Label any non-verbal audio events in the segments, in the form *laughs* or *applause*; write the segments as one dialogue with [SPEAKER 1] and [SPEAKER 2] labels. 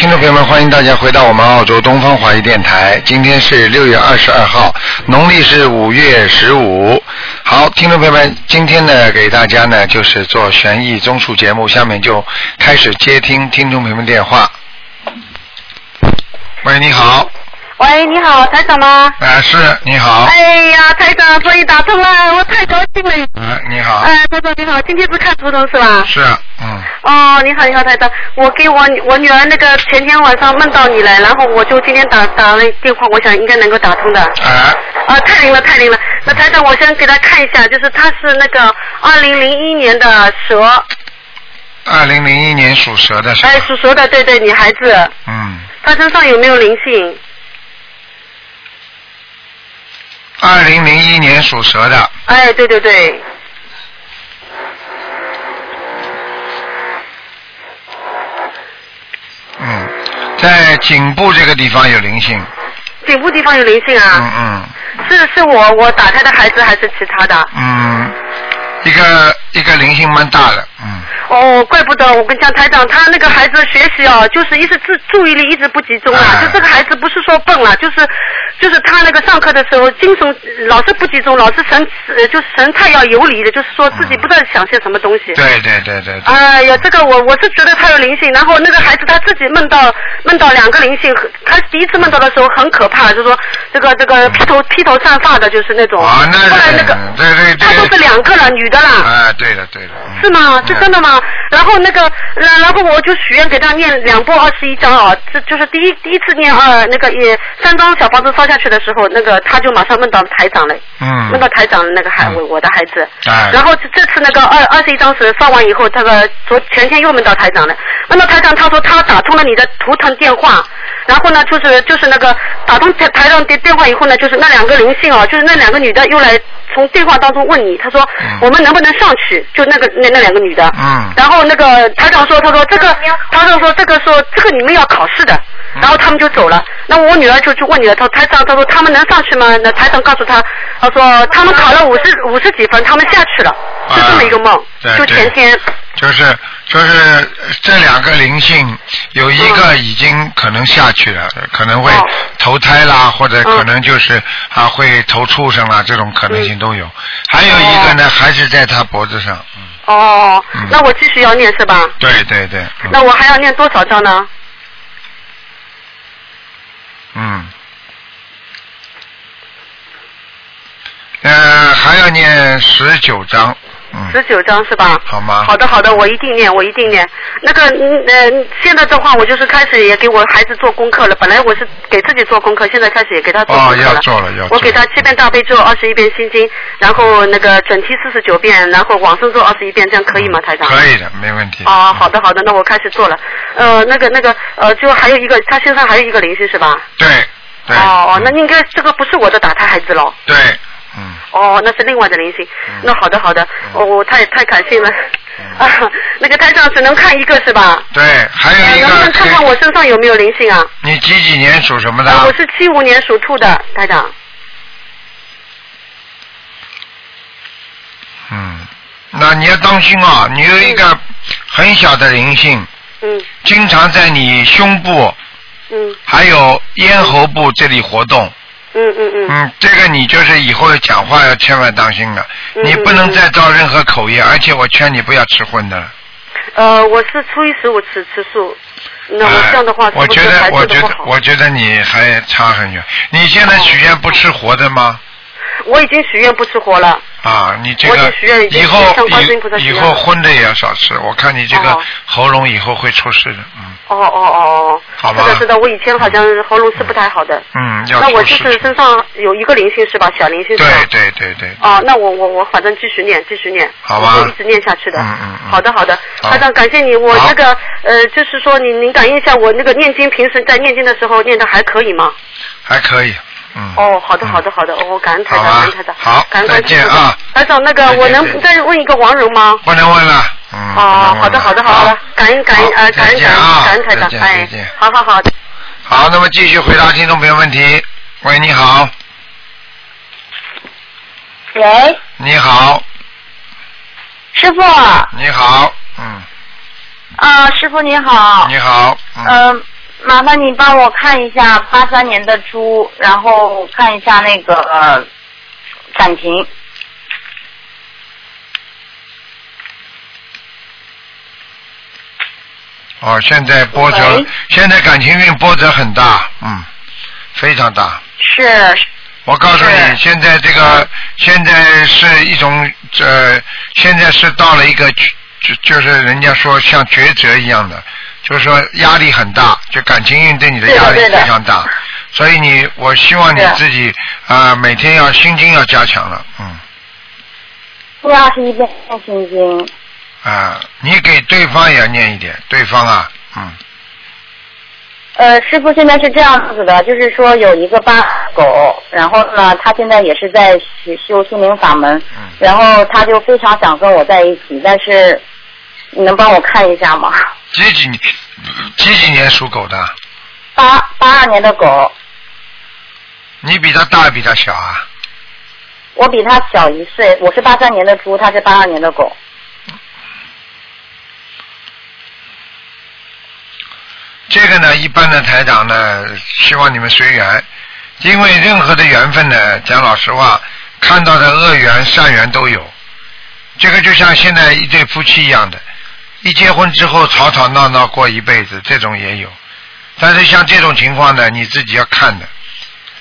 [SPEAKER 1] 众朋友们，欢迎大家回到我们澳洲东方华语电台。今天是六月二十二号，农历是五月十五。好，听众朋友们，今天呢，给大家呢就是做悬疑综述节目，下面就开始接听听众朋友们电话。喂，你好，
[SPEAKER 2] 喂，你好，台长吗？
[SPEAKER 1] 啊、是，你好，啊、
[SPEAKER 2] 哎呀，台长终于打通了，我太高兴了。
[SPEAKER 1] 啊你好，
[SPEAKER 2] 哎，台长你好，今天是看图腾是吧？
[SPEAKER 1] 是，嗯，
[SPEAKER 2] 哦，你好，你好，台长，我给我我女儿那个前天晚上梦到你了，然后我就今天打打了电话，我想应该能够打通的。
[SPEAKER 1] 啊，
[SPEAKER 2] 啊，太灵了，太灵了。那台长，我先给他看一下，就是他是那个二零零一年的蛇，
[SPEAKER 1] 二零零一年属蛇的是吧
[SPEAKER 2] 哎，属蛇的，对对，女孩子，
[SPEAKER 1] 嗯，
[SPEAKER 2] 她身上有没有灵性？
[SPEAKER 1] 二零零一年属蛇的，
[SPEAKER 2] 哎，对对对，
[SPEAKER 1] 嗯，在颈部这个地方有灵性，
[SPEAKER 2] 啊颈部地方有灵性
[SPEAKER 1] 嗯
[SPEAKER 2] 啊？
[SPEAKER 1] 嗯
[SPEAKER 2] 是是我我打胎的孩子还是其他的？
[SPEAKER 1] 嗯，一个一个灵性蛮大的，嗯，
[SPEAKER 2] 哦，怪不得我跟你讲，台长，他那个孩子学习哦，就是一直注注意力一直不集中啊
[SPEAKER 1] 哎，
[SPEAKER 2] 就这个孩子不是说笨了，就是就是他那个上课的时候精神老是不集中，老是神呃就是神态要游离的，就是说自己不知道想些什么东西。
[SPEAKER 1] 对对对对对，
[SPEAKER 2] 哎呀，这个我我是觉得他有灵性，然后那个孩子他自己梦到梦到两个灵性，他第一次梦到的时候很可怕，就说这个这个披头披头散发的，就是那种。
[SPEAKER 1] 啊，那
[SPEAKER 2] 后来那个
[SPEAKER 1] 对对
[SPEAKER 2] 他说是
[SPEAKER 1] 对，
[SPEAKER 2] 两个了，女的啦。
[SPEAKER 1] 啊，对了对了，嗯
[SPEAKER 2] 是吗？是
[SPEAKER 1] 嗯
[SPEAKER 2] 真的吗？然后那个，呃然然后我就许愿给他念两部二十一章啊，这就是第一第一次念二那个也三张小房子烧下去的时候，那个他就马上梦到台长了，
[SPEAKER 3] 啊
[SPEAKER 1] 嗯，
[SPEAKER 2] 梦到台长了那个孩
[SPEAKER 1] 嗯
[SPEAKER 2] 我我的孩子。
[SPEAKER 3] 嗯
[SPEAKER 1] 哎
[SPEAKER 2] 然后这这次那个二二十一张是烧完以后，这个昨前天又梦到台长了，梦到台长他说他打通了你的图腾电话，然后呢就是就是那个打通台台长的电话以后呢，就是那两个灵性哦，就是那两个女的又来从电话当中问你，他说
[SPEAKER 1] 嗯
[SPEAKER 2] 我们能不能上去？就那个那那两个女的，
[SPEAKER 1] 嗯
[SPEAKER 2] 然后那个台长说，他说这个，台长说这个说这个你们要考试的，
[SPEAKER 1] 嗯
[SPEAKER 2] 然后他们就走了。那我女儿就去问女儿，她说台长，她说他们能上去吗？那台长告诉她，她说他们考了
[SPEAKER 1] 嗯
[SPEAKER 2] 五十五十几分，他们下去了，就这么一个梦
[SPEAKER 1] 啊对，
[SPEAKER 2] 就前天，
[SPEAKER 1] 就是就是这两个灵性，有一个已经可能下去了，可能会
[SPEAKER 2] 嗯哦
[SPEAKER 1] 投胎啦，或者
[SPEAKER 2] 嗯
[SPEAKER 1] 可能就是啊会投畜生啦，这种可能性都
[SPEAKER 2] 嗯
[SPEAKER 1] 有。还有一个呢，还是在他脖子上。嗯，
[SPEAKER 2] 哦
[SPEAKER 1] 嗯，
[SPEAKER 2] 那我继续要念是吧？
[SPEAKER 1] 对对对。嗯
[SPEAKER 2] 那我还要念多少章呢？
[SPEAKER 1] 嗯。呃，还要念十九章。嗯。
[SPEAKER 2] 十九章是吧？
[SPEAKER 1] 好吗
[SPEAKER 2] 啊好的，好的，我一定念，我一定念。那个，嗯呃，现在的话，我就是开始也给我孩子做功课了。本来我是给自己做功课，现在开始也给他做功
[SPEAKER 1] 哦，
[SPEAKER 2] 课
[SPEAKER 1] 要做了，要做了。
[SPEAKER 2] 我给他七遍大悲咒，二十一遍心经，然后那个准提四十九遍，然后往生咒二十一遍，这样可以吗，台长？
[SPEAKER 1] 可以的，没问题。
[SPEAKER 2] 啊，好的好的，那我开始做了。呃，那个那个呃，就还有一个，他身上还有一个灵性是吧？
[SPEAKER 1] 对对。
[SPEAKER 2] 哦哦，那
[SPEAKER 1] 嗯
[SPEAKER 2] 应该这个不是我的打胎孩子喽。
[SPEAKER 1] 对，嗯。
[SPEAKER 2] 哦，那是另外的灵性
[SPEAKER 1] 嗯。
[SPEAKER 2] 那好的好的，我、
[SPEAKER 1] 嗯
[SPEAKER 2] 我太太感谢了。
[SPEAKER 1] 嗯
[SPEAKER 2] 啊， *laughs* 那个台长只能看一个是吧？
[SPEAKER 1] 对，还有
[SPEAKER 2] 哎
[SPEAKER 1] 一个，
[SPEAKER 2] 能不能看看我身上有没有灵性啊？
[SPEAKER 1] 你几几年属什么的？
[SPEAKER 2] 啊我是七五年属兔的，台长。
[SPEAKER 1] 嗯，那你要当心啊，你有一个很小的灵性，
[SPEAKER 2] 嗯
[SPEAKER 1] 经常在你胸部
[SPEAKER 2] 嗯
[SPEAKER 1] 还有咽喉部这里活动。
[SPEAKER 2] 嗯嗯嗯。
[SPEAKER 1] 嗯，这个你就是以后讲话要千万当心了，
[SPEAKER 2] 嗯
[SPEAKER 1] 你不能
[SPEAKER 2] 嗯嗯
[SPEAKER 1] 再造任何口业，而且我劝你不要吃荤的了。
[SPEAKER 2] 呃，我是初一十五吃吃素，那我
[SPEAKER 1] 哎
[SPEAKER 2] 这样的话，
[SPEAKER 1] 我觉得，我觉
[SPEAKER 2] 不
[SPEAKER 1] 得
[SPEAKER 2] 好？，
[SPEAKER 1] 我觉得你还差很远。你现在许愿不吃活的吗？
[SPEAKER 2] 我已经许愿不吃活了。
[SPEAKER 1] 啊，你这
[SPEAKER 2] 我
[SPEAKER 1] 个
[SPEAKER 2] 已经许愿已经
[SPEAKER 1] 以后
[SPEAKER 2] 向观世音菩萨
[SPEAKER 1] 以
[SPEAKER 2] 许
[SPEAKER 1] 以
[SPEAKER 2] 愿
[SPEAKER 1] 后
[SPEAKER 2] 了
[SPEAKER 1] 荤的也要少吃，我看你这个
[SPEAKER 2] 啊哦
[SPEAKER 1] 喉咙以后会出事的，嗯
[SPEAKER 2] 哦哦哦哦，
[SPEAKER 1] 好吧
[SPEAKER 2] 是的，是的，我以前好像喉咙是不太好的。
[SPEAKER 1] 嗯，要
[SPEAKER 2] 那我
[SPEAKER 1] 出
[SPEAKER 2] 就
[SPEAKER 1] 事
[SPEAKER 2] 是
[SPEAKER 1] 的。
[SPEAKER 2] 身上有一个灵性是吧？小灵性是吧？
[SPEAKER 1] 对对对对，
[SPEAKER 2] 哦，那我我我反正继续念，继续念，
[SPEAKER 1] 好吧
[SPEAKER 2] 我会一直念下去的。
[SPEAKER 1] 嗯嗯嗯
[SPEAKER 2] 好的好的，
[SPEAKER 1] 好
[SPEAKER 2] 台长感谢你，我
[SPEAKER 1] 好
[SPEAKER 2] 那个呃，就是说你您感应一下我那个念经，平时在念经的时候念的还可以吗？
[SPEAKER 1] 还可以，嗯。
[SPEAKER 2] 哦，好的
[SPEAKER 1] 嗯
[SPEAKER 2] 好的好的，哦我感恩台长，
[SPEAKER 1] 好吧
[SPEAKER 2] 感恩台长，
[SPEAKER 1] 好
[SPEAKER 2] 感恩观世音
[SPEAKER 1] 再见
[SPEAKER 2] 菩萨
[SPEAKER 1] 啊
[SPEAKER 2] 台长，那个
[SPEAKER 1] 再见
[SPEAKER 2] 我
[SPEAKER 1] 再见
[SPEAKER 2] 能再问一个王蓉吗？
[SPEAKER 1] 不能问了，嗯。不能
[SPEAKER 2] 哦
[SPEAKER 1] 问，了
[SPEAKER 2] 好的好的好的，感恩感恩
[SPEAKER 1] 好
[SPEAKER 2] 呃感
[SPEAKER 1] 再
[SPEAKER 2] 恩
[SPEAKER 1] 见
[SPEAKER 2] 感
[SPEAKER 1] 啊
[SPEAKER 2] 恩感恩台
[SPEAKER 1] 再
[SPEAKER 2] 长
[SPEAKER 1] 见，再
[SPEAKER 2] 哎
[SPEAKER 1] 见，
[SPEAKER 2] 好好好，
[SPEAKER 1] 好，那么继续回答听众朋友问题。喂，你好，
[SPEAKER 4] 喂，
[SPEAKER 1] 你好，
[SPEAKER 4] 师傅，啊、
[SPEAKER 1] 你好，嗯，
[SPEAKER 4] 师傅你好，
[SPEAKER 1] 你好，嗯，
[SPEAKER 4] 嗯、麻烦你帮我看一下八三年的猪，然后看一下那个、呃、感情。
[SPEAKER 1] 哦，现在波折
[SPEAKER 4] 喂，
[SPEAKER 1] 现在感情运波折很大，嗯，非常大。
[SPEAKER 4] 是
[SPEAKER 1] 我告诉你，
[SPEAKER 4] 是
[SPEAKER 1] 现在这个现在是一种呃，现在是到了一个就就是人家说像抉择一样的，就是说压力很大，就感情运对你的
[SPEAKER 4] 对的
[SPEAKER 1] 压力
[SPEAKER 4] 对的
[SPEAKER 1] 非常大，所以你我希望你
[SPEAKER 4] 是
[SPEAKER 1] 自己啊、呃每天要心经要加强了，嗯
[SPEAKER 4] 第二十一遍心经，
[SPEAKER 1] 啊、你给对方也要念一点，对方啊，嗯。
[SPEAKER 4] 呃，师傅现在是这样子的，就是说有一个八狗，然后呢，他现在也是在学修心灵法门，
[SPEAKER 1] 嗯
[SPEAKER 4] 然后他就非常想跟我在一起，但是你能帮我看一下吗？
[SPEAKER 1] 几几年几几年属狗的？
[SPEAKER 4] 八八二年的狗，
[SPEAKER 1] 你比他大，比他小啊？
[SPEAKER 4] 我比他小一岁，我是八三年的猪，他是八二年的狗，
[SPEAKER 1] 这个呢，一般的台长呢，希望你们随缘，因为任何的缘分呢，讲老实话，看到的恶缘、善缘都有。这个就像现在一对夫妻一样的，一结婚之后吵吵闹闹过一辈子，这种也有。但是像这种情况呢，你自己要看的。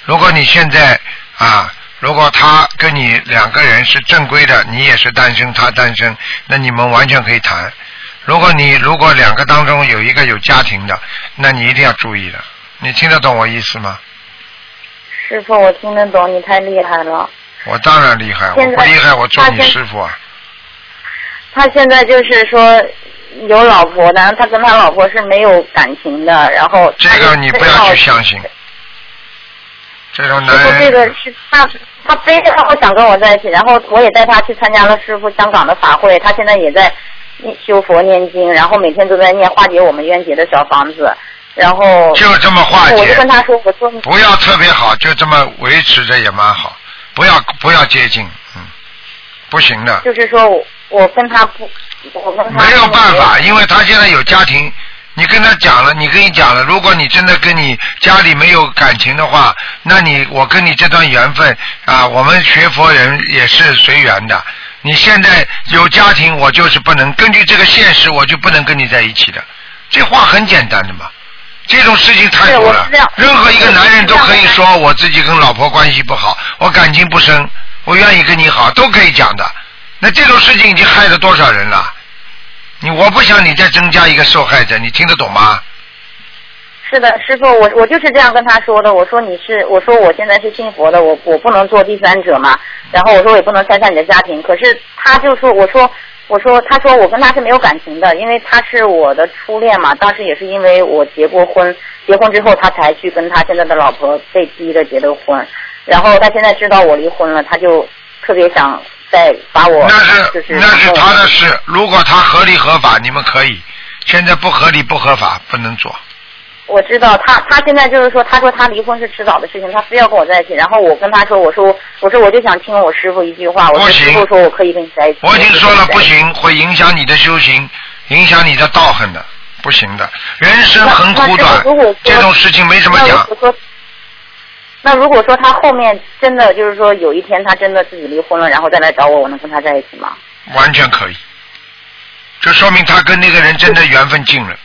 [SPEAKER 1] 如果你现在啊，如果他跟你两个人是正规的，你也是单身，他单身，那你们完全可以谈。如果你如果两个当中有一个有家庭的，那你一定要注意了。你听得懂我意思吗？
[SPEAKER 4] 师傅，我听得懂，你太厉害了。
[SPEAKER 1] 我当然厉害，我
[SPEAKER 4] 现在
[SPEAKER 1] 不厉害，我做你
[SPEAKER 4] 那现
[SPEAKER 1] 师傅啊。
[SPEAKER 4] 他现在就是说有老婆，但是他跟他老婆是没有感情的，然后
[SPEAKER 1] 这
[SPEAKER 4] 他就
[SPEAKER 1] 个你不要
[SPEAKER 4] 非
[SPEAKER 1] 去相信，这种
[SPEAKER 4] 师
[SPEAKER 1] 男
[SPEAKER 4] 傅，这个
[SPEAKER 1] 人，
[SPEAKER 4] 是他，他非要想跟我在一起，然后我也带他去参加了师傅香港的法会，他现在也在修佛念经，然后每天都在念化解我们冤结的小房子，然后
[SPEAKER 1] 就这么化
[SPEAKER 4] 我就
[SPEAKER 1] 解
[SPEAKER 4] 跟，他说，我说你
[SPEAKER 1] 不要特别好，就这么维持着也蛮好，不要不要接近，嗯，不行的，
[SPEAKER 4] 就是说我我跟他不，我跟他
[SPEAKER 1] 没有办法，
[SPEAKER 4] 没有
[SPEAKER 1] 因为他现在有家庭。你跟他讲了，你跟你讲了，如果你真的跟你家里没有感情的话，那你我跟你这段缘分啊，我们学佛人也是随缘的。你现在有家庭，我就是不能根据这个现实，我就不能跟你在一起的。这话很简单的嘛，这种事情太
[SPEAKER 4] 对
[SPEAKER 1] 多
[SPEAKER 4] 我
[SPEAKER 1] 了
[SPEAKER 4] 知道。
[SPEAKER 1] 任何一个男人都可以
[SPEAKER 4] 我知道
[SPEAKER 1] 说我自己跟老婆关系不好，我感情不深，我愿意跟你好，都可以讲的。那这种事情已经害了多少人了？你我不想你再增加一个受害者，你听得懂吗？
[SPEAKER 4] 是的，师傅，我我就是这样跟他说的。我说你是，我说我现在是信佛的，我我不能做第三者嘛。然后我说我也不能拆散你的家庭。可是他就说，我说我说他说我跟他是没有感情的，因为他是我的初恋嘛。当时也是因为我结过婚，结婚之后他才去跟他现在的老婆被逼着结的婚。然后他现在知道我离婚了，他就特别想再把我
[SPEAKER 1] 那
[SPEAKER 4] 就是是
[SPEAKER 1] 那是他的事，如果他合理合法，你们可以。现在不合理不合法，不能做。
[SPEAKER 4] 我知道他，他现在就是说，他说他离婚是迟早的事情，他非要跟我在一起。然后我跟他说，我说我说我就想听我师傅一句话，我
[SPEAKER 1] 不
[SPEAKER 4] 说
[SPEAKER 1] 行
[SPEAKER 4] 师傅说我可以跟你在一起。
[SPEAKER 1] 我已经说了，不
[SPEAKER 4] 可以跟你在
[SPEAKER 1] 行，
[SPEAKER 4] 一起。
[SPEAKER 1] 会影响你的修行，影响你的道行的，不行的。人生很苦短
[SPEAKER 4] 那那如果说，
[SPEAKER 1] 这种事情没什么讲。
[SPEAKER 4] 那如果说，那如果说他后面真的就是说有一天他真的自己离婚了，然后再来找我，我能跟他在一起吗？
[SPEAKER 1] 完全可以，就说明他跟那个人真的缘分尽了。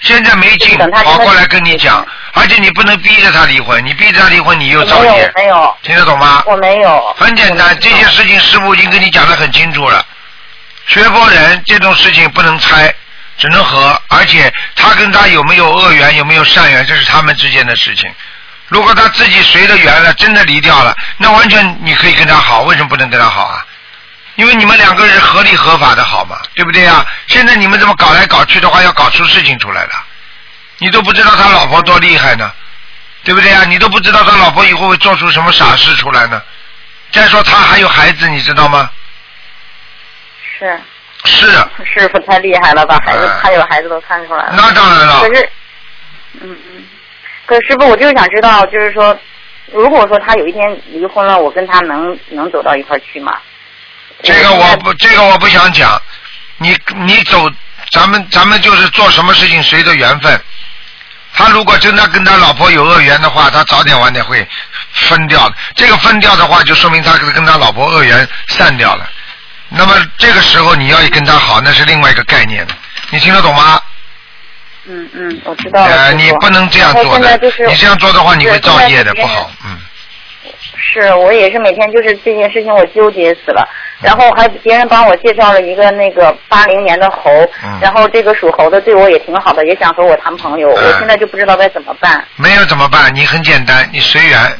[SPEAKER 1] 现在没尽，
[SPEAKER 4] 就等他真的
[SPEAKER 1] 跑过来跟你讲
[SPEAKER 4] 是，
[SPEAKER 1] 而且你不能逼着他离婚，你逼着他离婚，你又
[SPEAKER 4] 我
[SPEAKER 1] 造
[SPEAKER 4] 没有，
[SPEAKER 1] 孽
[SPEAKER 4] 我，没有，
[SPEAKER 1] 听得懂吗？
[SPEAKER 4] 我没有。
[SPEAKER 1] 很简单，这些事情师傅已经跟你讲得很清楚了。学佛人这种事情不能猜，只能和，而且他跟他有没有恶缘，有没有善缘，这是他们之间的事情。如果他自己随了缘了，真的离掉了，那完全你可以跟他好，为什么不能跟他好啊？因为你们两个人合理合法的好嘛，对不对啊？现在你们这么搞来搞去的话，要搞出事情出来了，你都不知道他老婆多厉害呢，对不对啊？你都不知道他老婆以后会做出什么傻事出来呢。再说他还有孩子，你知道吗？
[SPEAKER 4] 是
[SPEAKER 1] 是，
[SPEAKER 4] 师傅太厉害了，把孩子
[SPEAKER 1] 哎
[SPEAKER 4] 他有孩子都看出来了。
[SPEAKER 1] 那当然了
[SPEAKER 4] 可。是，嗯嗯，可是师傅，我就是想知道，就是说，如果说他有一天离婚了，我跟他能能走到一块儿去吗？
[SPEAKER 1] 这个
[SPEAKER 4] 现在
[SPEAKER 1] 我不，这个我不想讲。你你走，咱们咱们就是做什么事情随着缘分。他如果真的跟他老婆有恶缘的话，他早点晚点会分掉的。这个分掉的话，就说明他跟他老婆恶缘散掉了。那么这个时候你要跟他好，那是另外一个概念了。你听得懂吗？
[SPEAKER 4] 嗯嗯，我知道了。
[SPEAKER 1] 呃，
[SPEAKER 4] 师
[SPEAKER 1] 你
[SPEAKER 4] 傅
[SPEAKER 1] 不能这样
[SPEAKER 4] 然后
[SPEAKER 1] 做
[SPEAKER 4] 现
[SPEAKER 1] 的
[SPEAKER 4] 在就是，
[SPEAKER 1] 你这样做的话，你会
[SPEAKER 4] 是
[SPEAKER 1] 造
[SPEAKER 4] 现在
[SPEAKER 1] 业的，
[SPEAKER 4] 时
[SPEAKER 1] 不
[SPEAKER 4] 间
[SPEAKER 1] 好。嗯，
[SPEAKER 4] 是我也是每天就是这件事情我纠结死了，
[SPEAKER 1] 嗯
[SPEAKER 4] 然后还别人帮我介绍了一个那个八零年的猴
[SPEAKER 1] 嗯，
[SPEAKER 4] 然后这个属猴的对我也挺好的，也想和我谈朋友，
[SPEAKER 1] 嗯
[SPEAKER 4] 我现在就不知道该怎么办。
[SPEAKER 1] 没有怎么办？你很简单，你随缘，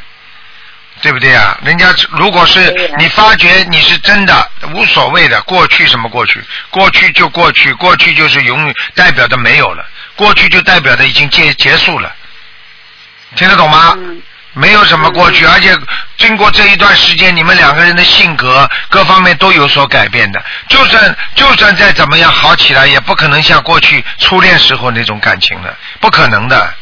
[SPEAKER 1] 对不对啊？人家如果
[SPEAKER 4] 随
[SPEAKER 1] 是
[SPEAKER 4] 缘
[SPEAKER 1] 你发觉你是真的无所谓的，过去什么过去，过去就过去，过去就是永远代表的没有了，过去就代表的已经结结束了，听得懂吗？
[SPEAKER 4] 嗯
[SPEAKER 1] 没有什么过去，而且经过这一段时间，你们两个人的性格各方面都有所改变的。就算就算再怎么样好起来，也不可能像过去初恋时候那种感情了，不可能的。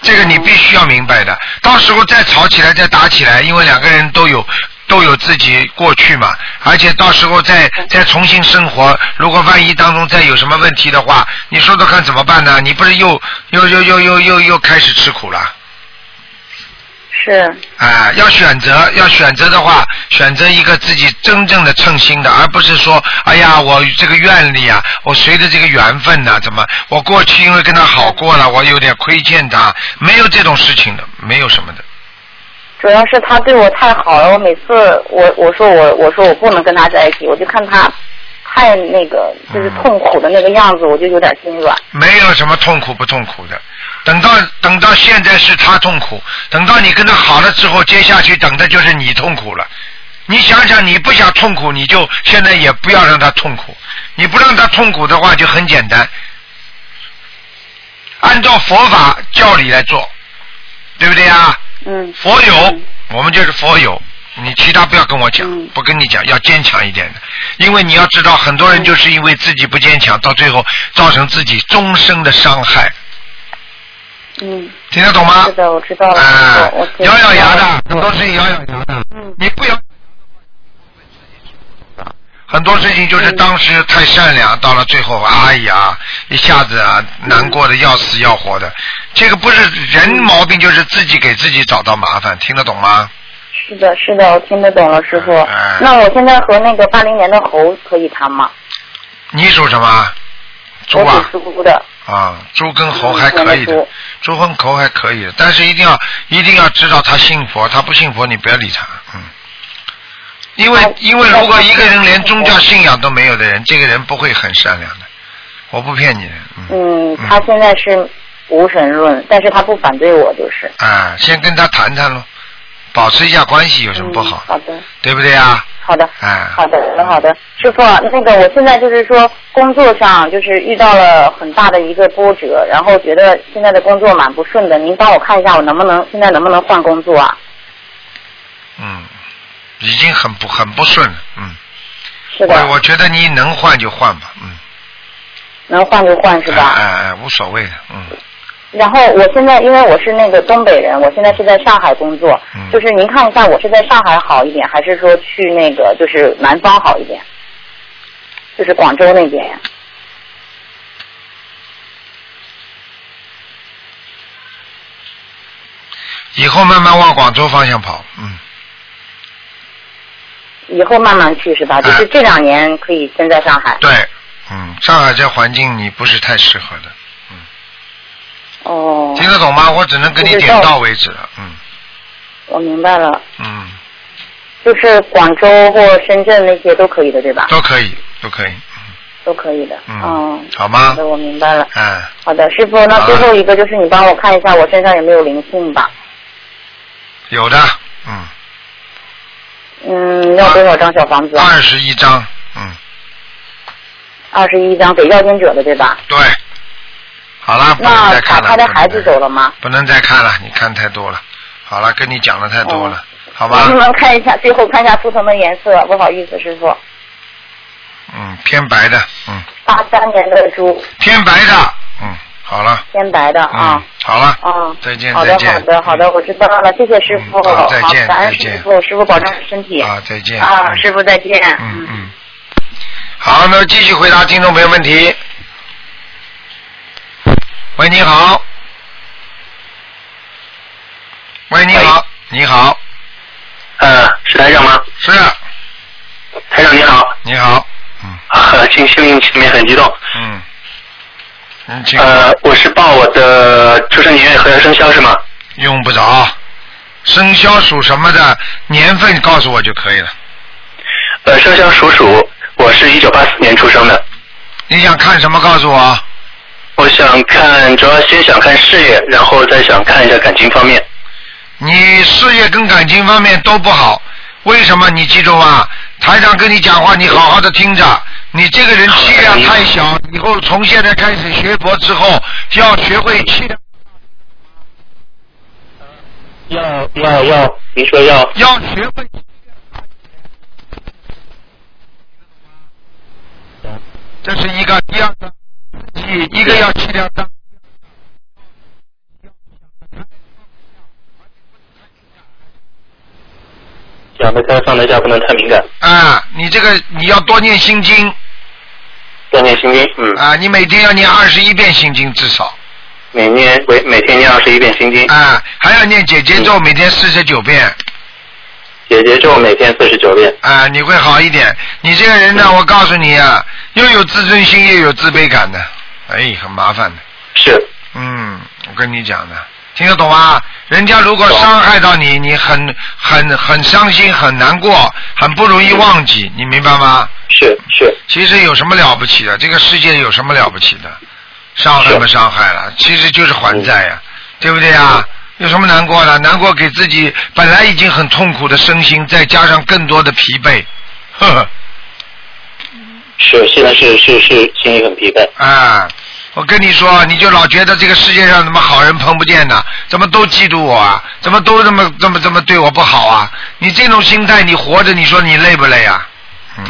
[SPEAKER 1] 这个你必须要明白的。到时候再吵起来，再打起来，因为两个人都有都有自己过去嘛，而且到时候再再重新生活，如果万一当中再有什么问题的话，你说说看怎么办呢？你不是又又又又又又又开始吃苦了？
[SPEAKER 4] 是
[SPEAKER 1] 啊、要选择，要选择的话，选择一个自己真正的称心的，而不是说，哎呀，我这个愿力啊，我随着这个缘分呐、怎么，我过去因为跟他好过了，我有点亏欠他，没有这种事情的，没有什么的。
[SPEAKER 4] 主要是他对我太好了，我每次我我说我我说我不能跟他在一起，我就看他太那个
[SPEAKER 1] 嗯
[SPEAKER 4] 就是痛苦的那个样子，我就有点心软。
[SPEAKER 1] 没有什么痛苦不痛苦的。等到等到现在是他痛苦，等到你跟他好了之后，接下去等的就是你痛苦了。你想想，你不想痛苦，你就现在也不要让他痛苦。你不让他痛苦的话，就很简单，按照佛法教理来做，对不对啊？
[SPEAKER 4] 嗯
[SPEAKER 1] 佛友
[SPEAKER 4] 嗯，
[SPEAKER 1] 我们就是佛友。你其他不要跟我讲
[SPEAKER 4] 嗯，
[SPEAKER 1] 不跟你讲，要坚强一点的，因为你要知道，很多人就是因为自己不坚强，到最后造成自己终生的伤害，
[SPEAKER 4] 嗯，
[SPEAKER 1] 听得懂吗
[SPEAKER 4] 是？的，我知道了，
[SPEAKER 1] 啊
[SPEAKER 4] 我，我
[SPEAKER 1] 咬咬牙的，很多事情咬咬牙的，
[SPEAKER 4] 嗯
[SPEAKER 1] 你不咬，很多事情就是嗯当时太善良，到了最后，哎呀，一下子啊，难过的要死要活的，这个不是人毛病，就是自己给自己找到麻烦，听得懂吗？
[SPEAKER 4] 是的，是的，我听得懂了，师傅
[SPEAKER 1] 哎。
[SPEAKER 4] 那我现在和那个八零年的猴可以谈吗？
[SPEAKER 1] 你属什么？猪
[SPEAKER 4] 我
[SPEAKER 1] 啊
[SPEAKER 4] 属猪的，
[SPEAKER 1] 啊，猪跟猴还可以
[SPEAKER 4] 嗯我
[SPEAKER 1] 的
[SPEAKER 4] 的猪，
[SPEAKER 1] 猪跟猴还可以的，但是一定要一定要知道他信佛，他不信佛你不要理他，嗯。因为
[SPEAKER 4] 哦
[SPEAKER 1] 因为如果一个人连
[SPEAKER 4] 那
[SPEAKER 1] 宗教信仰都没有的人，这个人不会很善良的，我不骗你的，嗯。
[SPEAKER 4] 嗯，
[SPEAKER 1] 嗯
[SPEAKER 4] 他现在是无神论，但是他不反对我，就是。
[SPEAKER 1] 啊，先跟他谈谈喽，保持一下关系有什么不好
[SPEAKER 4] 嗯？好的，
[SPEAKER 1] 对不对啊？
[SPEAKER 4] 好的。
[SPEAKER 1] 哎，
[SPEAKER 4] 好的，好的，师傅，那个我现在就是说工作上就是遇到了很大的一个波折，然后觉得现在的工作蛮不顺的，您帮我看一下我能不能现在能不能换工作啊？
[SPEAKER 1] 嗯，已经很不很不顺了，嗯。
[SPEAKER 4] 是的，
[SPEAKER 1] 我我觉得你能换就换吧，嗯。
[SPEAKER 4] 能换就换是吧？
[SPEAKER 1] 哎哎哎，无所谓的，嗯。
[SPEAKER 4] 然后我现在因为我是那个东北人，我现在是在上海工作，
[SPEAKER 1] 嗯
[SPEAKER 4] 就是您看一下我是在上海好一点，还是说去那个就是南方好一点，就是广州那边呀？
[SPEAKER 1] 以后慢慢往广州方向跑，嗯，
[SPEAKER 4] 以后慢慢去是吧？就是这两年可以先在上海。
[SPEAKER 1] 哎对，嗯，上海这环境你不是太适合的，
[SPEAKER 4] 哦，
[SPEAKER 1] 听得懂吗？我只能跟你
[SPEAKER 4] 我知道
[SPEAKER 1] 点到为止了，嗯
[SPEAKER 4] 我明白了，
[SPEAKER 1] 嗯，
[SPEAKER 4] 就是广州或深圳那些都可以的对吧？
[SPEAKER 1] 都可以，都可以，
[SPEAKER 4] 都可以的。
[SPEAKER 1] 嗯，
[SPEAKER 4] 嗯，
[SPEAKER 1] 好
[SPEAKER 4] 好
[SPEAKER 1] 吗？
[SPEAKER 4] 的，我明白了。
[SPEAKER 1] 嗯，
[SPEAKER 4] 好的，师傅，那最后一个就是你帮我看一下我身上有没有灵性吧？
[SPEAKER 1] 有的，嗯，
[SPEAKER 4] 嗯，要多少张小房子啊？
[SPEAKER 1] 二十一张，嗯，
[SPEAKER 4] 二十一张给要经者的对吧？
[SPEAKER 1] 对，好了，不能
[SPEAKER 4] 那
[SPEAKER 1] 再看了，不
[SPEAKER 4] 他他的
[SPEAKER 1] 能
[SPEAKER 4] 孩子
[SPEAKER 1] 再
[SPEAKER 4] 走了吗？
[SPEAKER 1] 不能再看了，你看太多了，好了，跟你讲的太多
[SPEAKER 4] 哦
[SPEAKER 1] 了，好
[SPEAKER 4] 能不
[SPEAKER 1] 吧？
[SPEAKER 4] 能看一下最后看一下图腾的颜色？不好意思，师傅，
[SPEAKER 1] 嗯，偏白的，嗯，
[SPEAKER 4] 八三年的猪，
[SPEAKER 1] 偏白的，嗯，好了，
[SPEAKER 4] 偏白的
[SPEAKER 1] 嗯
[SPEAKER 4] 啊。，
[SPEAKER 1] 好了，
[SPEAKER 4] 啊，
[SPEAKER 1] 再见，
[SPEAKER 4] 好
[SPEAKER 1] 再
[SPEAKER 4] 的，
[SPEAKER 1] 见，
[SPEAKER 4] 好的，好的，我知道了，谢谢师傅，
[SPEAKER 1] 嗯好再见
[SPEAKER 4] 好感恩
[SPEAKER 1] 再见
[SPEAKER 4] 师傅，师傅保重身体
[SPEAKER 1] 啊，再见。
[SPEAKER 4] 啊，
[SPEAKER 1] 嗯
[SPEAKER 4] 师傅再见，
[SPEAKER 1] 嗯嗯。好，那么继续回答听众朋友问题。喂，你好。喂，你好，你好，
[SPEAKER 5] 呃，是台长吗？
[SPEAKER 1] 是，
[SPEAKER 5] 台长你好，
[SPEAKER 1] 你好，嗯
[SPEAKER 5] 啊，听 *laughs* 心灵前面很激动。
[SPEAKER 1] 嗯，嗯，请
[SPEAKER 5] 呃，我是报我的出生年月和生肖是吗？
[SPEAKER 1] 用不着，生肖属什么的年份告诉我就可以了。
[SPEAKER 5] 呃，生肖属鼠，我是一九八四年出生的。
[SPEAKER 1] 你想看什么告诉我？
[SPEAKER 5] 我想看，主要先想看事业，然后再想看一下感情方面。
[SPEAKER 1] 你事业跟感情方面都不好，为什么？你记住啊，台长跟你讲话，你好好的听着。你这个人气量太小，以后从现在开始学佛之后，就要学会气量，
[SPEAKER 5] 要要要，您说要
[SPEAKER 1] 要学会。这是一个，第二个，一一个要气量大。
[SPEAKER 5] 想得开放得下，不能太敏感。
[SPEAKER 1] 啊，你这个你要多念心经
[SPEAKER 5] 锻炼心经，嗯，
[SPEAKER 1] 啊，你每天要念二十一遍心经至少
[SPEAKER 5] 每年为每天念二十一遍心经，嗯
[SPEAKER 1] 啊，还要念姐姐咒每天四十九遍
[SPEAKER 5] 解结咒每天四十九遍。
[SPEAKER 1] 啊，你会好一点。你这个人
[SPEAKER 5] 嗯
[SPEAKER 1] 呢，我告诉你啊，又有自尊心又有自卑感的，哎，很麻烦的。
[SPEAKER 5] 是，
[SPEAKER 1] 嗯，我跟你讲的，听得懂吗？人家如果伤害到你，你很很很伤心，很难过，很不容易忘记，你明白吗？
[SPEAKER 5] 是是
[SPEAKER 1] 其实有什么了不起的？这个世界有什么了不起的？伤害嘛，伤害了，其实就是还债啊呀、对不对呀？有什么难过的？难过给自己本来已经很痛苦的身心，再加上更多的疲惫， *laughs* 呵呵，
[SPEAKER 5] 是，现在是是是心里很疲惫。
[SPEAKER 1] 啊！我跟你说，你就老觉得这个世界上怎么好人碰不见呢？怎么都嫉妒我啊？怎么都这么这么这么对我不好啊？你这种心态，你活着，你说你累不累啊？嗯。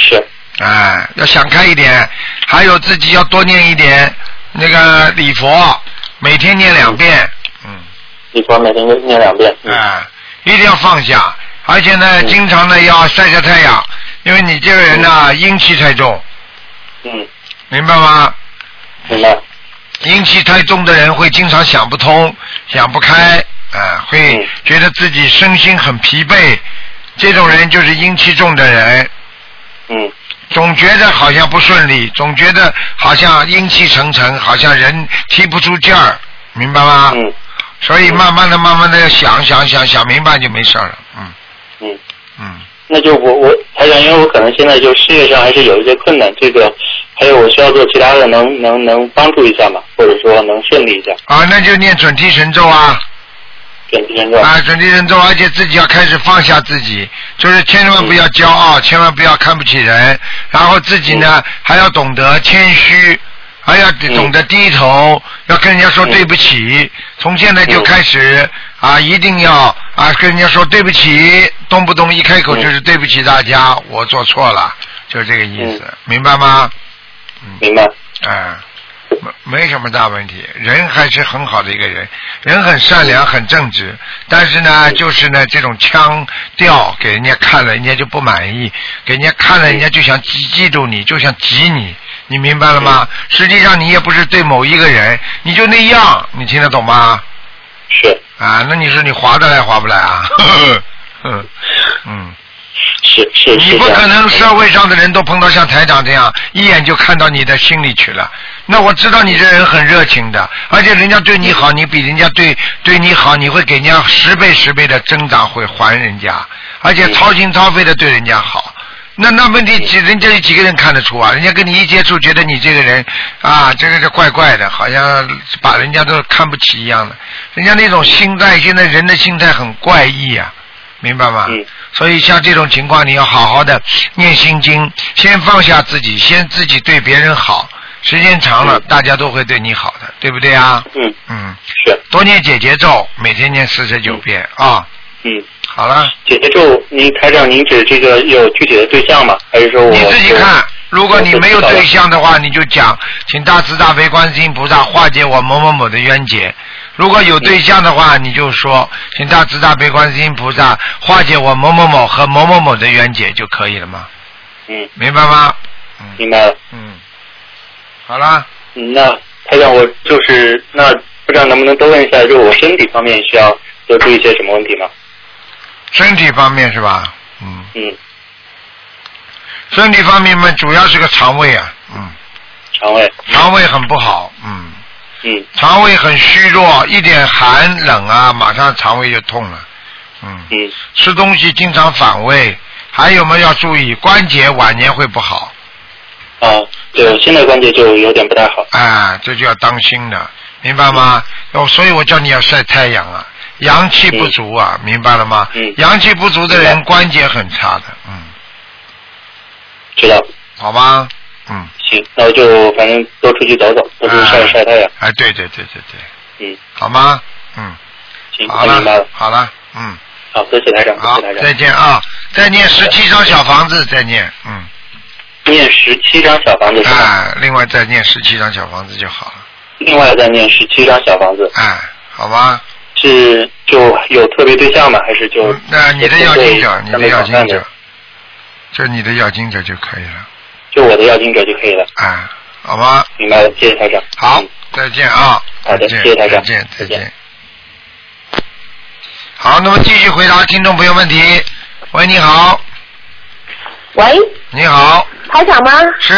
[SPEAKER 5] 是
[SPEAKER 1] 哎，要想开一点，还有自己要多念一点那个礼佛，每天念两遍，嗯，
[SPEAKER 5] 你说每天念念两遍。嗯
[SPEAKER 1] 哎，一定要放下，而且呢，
[SPEAKER 5] 嗯
[SPEAKER 1] 经常呢要晒晒太阳，因为你这个人呢阴气太重，
[SPEAKER 5] 嗯，
[SPEAKER 1] 明白吗？
[SPEAKER 5] 明白。
[SPEAKER 1] 阴气太重的人会经常想不通、想不开，啊，会
[SPEAKER 5] 嗯
[SPEAKER 1] 觉得自己身心很疲惫，这种人就是阴气重的人，
[SPEAKER 5] 嗯
[SPEAKER 1] 总觉得好像不顺利，总觉得好像阴气沉沉，好像人提不出劲儿，明白吗？
[SPEAKER 5] 嗯
[SPEAKER 1] 所以慢慢的、慢慢的要想想想想明白就没事儿了。嗯
[SPEAKER 5] 嗯，
[SPEAKER 1] 嗯，
[SPEAKER 5] 那就我我台长，因为我可能现在就事业上还是有一些困难，这个还有我需要做其他的能能能帮助一下嘛，或者说能顺利一下，
[SPEAKER 1] 啊，那就念准提神咒啊
[SPEAKER 5] 准提神咒。
[SPEAKER 1] 啊，准提神咒，而且自己要开始放下自己，就是千万不要骄
[SPEAKER 5] 嗯
[SPEAKER 1] 傲，千万不要看不起人，然后自己呢还要懂得谦虚。还要
[SPEAKER 5] 嗯
[SPEAKER 1] 懂得低头，要跟人家说
[SPEAKER 5] 嗯
[SPEAKER 1] 对不起。从现在就
[SPEAKER 5] 嗯
[SPEAKER 1] 开始啊，一定要啊跟人家说对不起，动不动一开口
[SPEAKER 5] 嗯
[SPEAKER 1] 就是对不起大家，我做错了，就是这个意
[SPEAKER 5] 嗯
[SPEAKER 1] 思，明白吗？
[SPEAKER 5] 明白。
[SPEAKER 1] 嗯啊，没没什么大问题，人还是很好的一个人，人很善良，很正直，但是
[SPEAKER 5] 嗯
[SPEAKER 1] 呢，就是呢这种腔调给人家看了，人家就不满意，给人家看了，人
[SPEAKER 5] 嗯
[SPEAKER 1] 家就想记记住你，就想挤你，你明白了吗？
[SPEAKER 5] 嗯
[SPEAKER 1] 实际上你也不是对某一个人，你就那样，你听得懂吗？
[SPEAKER 5] 是
[SPEAKER 1] 啊，那你说你划得来划不来啊？ *laughs* 嗯嗯，
[SPEAKER 5] 是是
[SPEAKER 1] 你
[SPEAKER 5] 是
[SPEAKER 1] 不
[SPEAKER 5] 这样。嗯
[SPEAKER 1] 可能社会上的人都碰到像台长这样，一眼就看到你的心里去了。那我知道你这人很热情的，而且人家对你好，你比人家对对你好，你会给人家十倍十倍的增长，会还人家，而且掏心掏肺的对人家好。那那问题几人家有几个人看得出啊？人家跟你一接触，觉得你这个人啊，这个这怪怪的，好像把人家都看不起一样的。人家那种心态，现在人的心态很怪异啊，明白吗？
[SPEAKER 5] 嗯
[SPEAKER 1] 所以像这种情况，你要好好的念心经，先放下自己，先自己对别人好，时间长了，
[SPEAKER 5] 嗯
[SPEAKER 1] 大家都会对你好的，对不对啊？
[SPEAKER 5] 嗯
[SPEAKER 1] 嗯，
[SPEAKER 5] 是
[SPEAKER 1] 多念姐姐咒，每天念四十九遍啊、
[SPEAKER 5] 嗯，
[SPEAKER 1] 好了，
[SPEAKER 5] 解决咒，您台长您指这个有具体的对象吗？还是说我
[SPEAKER 1] 你自己看。如果你没有对象的话，你就讲，请大慈大悲观世音菩萨化解我某某某的冤结。如果有对象的话，你就说，请大慈大悲观世音菩萨化解我某某某和某某某的冤结就可以了嘛，
[SPEAKER 5] 嗯，
[SPEAKER 1] 明白吗？嗯。
[SPEAKER 5] 明白了。
[SPEAKER 1] 嗯，好啦，
[SPEAKER 5] 嗯那台长，我就是那不知道能不能多问一下，就是我身体方面需要有注意些什么问题吗？
[SPEAKER 1] 身体方面是吧？嗯，
[SPEAKER 5] 嗯，
[SPEAKER 1] 身体方面嘛，主要是个肠胃啊，嗯，
[SPEAKER 5] 肠胃，
[SPEAKER 1] 肠胃很不好，嗯，
[SPEAKER 5] 嗯，
[SPEAKER 1] 肠胃很虚弱，一点寒冷啊，马上肠胃就痛了，嗯，
[SPEAKER 5] 嗯，
[SPEAKER 1] 吃东西经常反胃，还有嘛要注意关节晚年会不好，
[SPEAKER 5] 啊，对，我现在关节就有点不太好。
[SPEAKER 1] 哎，这就要当心了，明白吗？哦，
[SPEAKER 5] 嗯
[SPEAKER 1] 所以我叫你要晒太阳啊，阳气不足啊，明白了吗？
[SPEAKER 5] 嗯
[SPEAKER 1] 阳气不足的
[SPEAKER 5] 明
[SPEAKER 1] 人
[SPEAKER 5] 白
[SPEAKER 1] 关节很差的，嗯，
[SPEAKER 5] 知道，
[SPEAKER 1] 好吧，嗯，
[SPEAKER 5] 行，那我就反正多出去走走，多出去晒晒太阳。
[SPEAKER 1] 哎，对对对对对，
[SPEAKER 5] 嗯，
[SPEAKER 1] 好吗？嗯，
[SPEAKER 5] 行，我
[SPEAKER 1] 好
[SPEAKER 5] 明白
[SPEAKER 1] 了
[SPEAKER 5] 了，。
[SPEAKER 1] 好了，嗯，
[SPEAKER 5] 好，多谢台长，多
[SPEAKER 1] 好
[SPEAKER 5] 谢台，
[SPEAKER 1] 再
[SPEAKER 5] 长。
[SPEAKER 1] 见啊，再念十七张小房子，再念，嗯，
[SPEAKER 5] 念十七张小
[SPEAKER 6] 嗯
[SPEAKER 5] 房子是吧？
[SPEAKER 1] 哎，另外再念十七张小房子就好了，
[SPEAKER 5] 另外再念十七张小房子，
[SPEAKER 1] 哎，好吧，
[SPEAKER 5] 是就有特别对象吗？还是就
[SPEAKER 1] 嗯那你的要经者，你的要经
[SPEAKER 5] 就
[SPEAKER 1] 者，就你的要经者就可以了，
[SPEAKER 5] 就我的要经者就可以了。
[SPEAKER 1] 哎，好吧，
[SPEAKER 5] 明白了，谢谢台长。
[SPEAKER 1] 好
[SPEAKER 5] 嗯，
[SPEAKER 1] 再见啊！
[SPEAKER 5] 好的
[SPEAKER 1] 再见
[SPEAKER 5] 谢谢台
[SPEAKER 1] 再
[SPEAKER 5] 长
[SPEAKER 1] 见，再
[SPEAKER 5] 再见
[SPEAKER 1] 见。好，那么继续回答听众朋友问题。喂，你好，
[SPEAKER 7] 喂，
[SPEAKER 1] 你好，
[SPEAKER 7] 台长吗？
[SPEAKER 1] 是，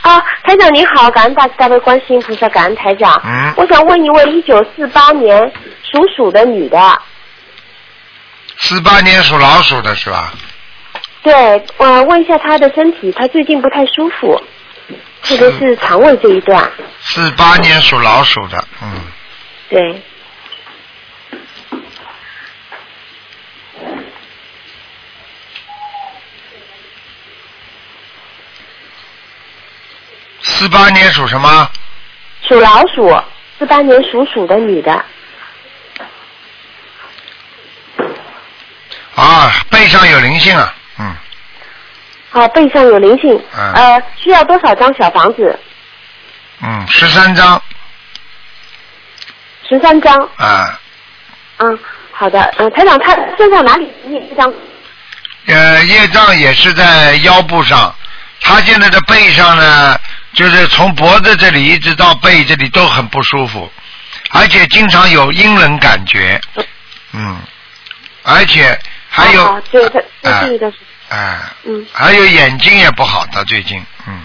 [SPEAKER 7] 啊，台长您好，感恩大慈大悲观世音菩萨，感恩台长。
[SPEAKER 1] 嗯
[SPEAKER 7] 我想问一问，一九四八年属鼠的女的，
[SPEAKER 1] 四八年属老鼠的是吧？
[SPEAKER 7] 对，呃，问一下她的身体，她最近不太舒服，特别是肠胃这一段。
[SPEAKER 1] 四八年属老鼠的，嗯，
[SPEAKER 7] 对，
[SPEAKER 1] 四八年属什么？
[SPEAKER 7] 属老鼠，四八年属鼠的女的。
[SPEAKER 1] 啊，背上有灵性啊，嗯，
[SPEAKER 7] 啊，背上有灵性。
[SPEAKER 1] 嗯
[SPEAKER 7] 呃，需要多少张小房子？
[SPEAKER 1] 嗯，十三张
[SPEAKER 7] 十三张。
[SPEAKER 1] 啊，
[SPEAKER 7] 嗯，好的。嗯、台长，她身上哪里有一张？
[SPEAKER 1] 呃，业障也是在腰部上，他现在的背上呢，就是从脖子这里一直到背这里都很不舒服，而且经常有阴冷感觉，嗯，而且还有，
[SPEAKER 7] 啊、对，她
[SPEAKER 1] 啊
[SPEAKER 7] 最近一段时间，
[SPEAKER 1] 啊，
[SPEAKER 7] 嗯，
[SPEAKER 1] 还有眼睛也不好，他最近，嗯，